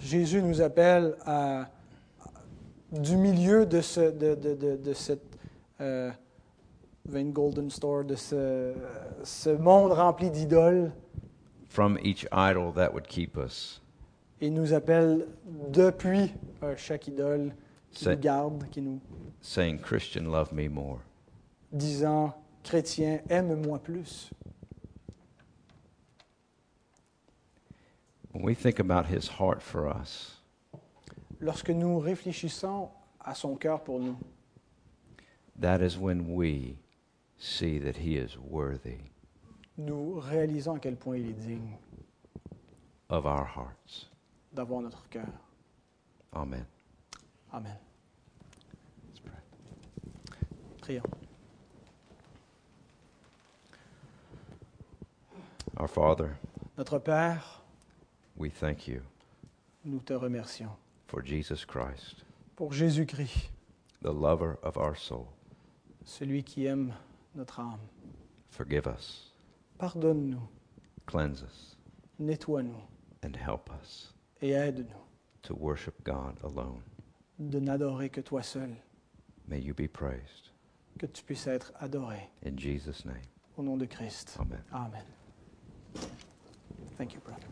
S2: Jésus nous appelle à, du milieu de, ce, de, de, de, de cette euh, vain golden store, de ce, ce monde rempli d'idoles,
S1: from each idol that would keep us.
S2: et nous appelle depuis euh, chaque idole qui
S1: Say-
S2: nous garde, qui nous
S1: saying, Christian, love me more.
S2: disant, chrétien, aime-moi plus.
S1: When we think about his heart for us,
S2: Lorsque nous réfléchissons à son cœur pour nous,
S1: that is when we see that he is worthy
S2: nous réalisons à quel point il est digne.
S1: of our hearts.
S2: d'avoir notre cœur.
S1: Amen.
S2: Amen. Prions.
S1: Our Father,
S2: Notre Père,
S1: we thank you
S2: nous te remercions
S1: for Jesus Christ,
S2: pour Jésus-Christ,
S1: the lover of our soul.
S2: celui qui aime notre âme.
S1: Forgive us,
S2: Pardonne-nous,
S1: cleanse us,
S2: nettoie-nous
S1: and help us
S2: et aide-nous
S1: to worship God alone.
S2: de n'adorer que toi seul,
S1: May you be praised.
S2: que tu puisses être adoré.
S1: In Jesus' name,
S2: Au nom de Christ.
S1: amen.
S2: Amen. Thank you, brother.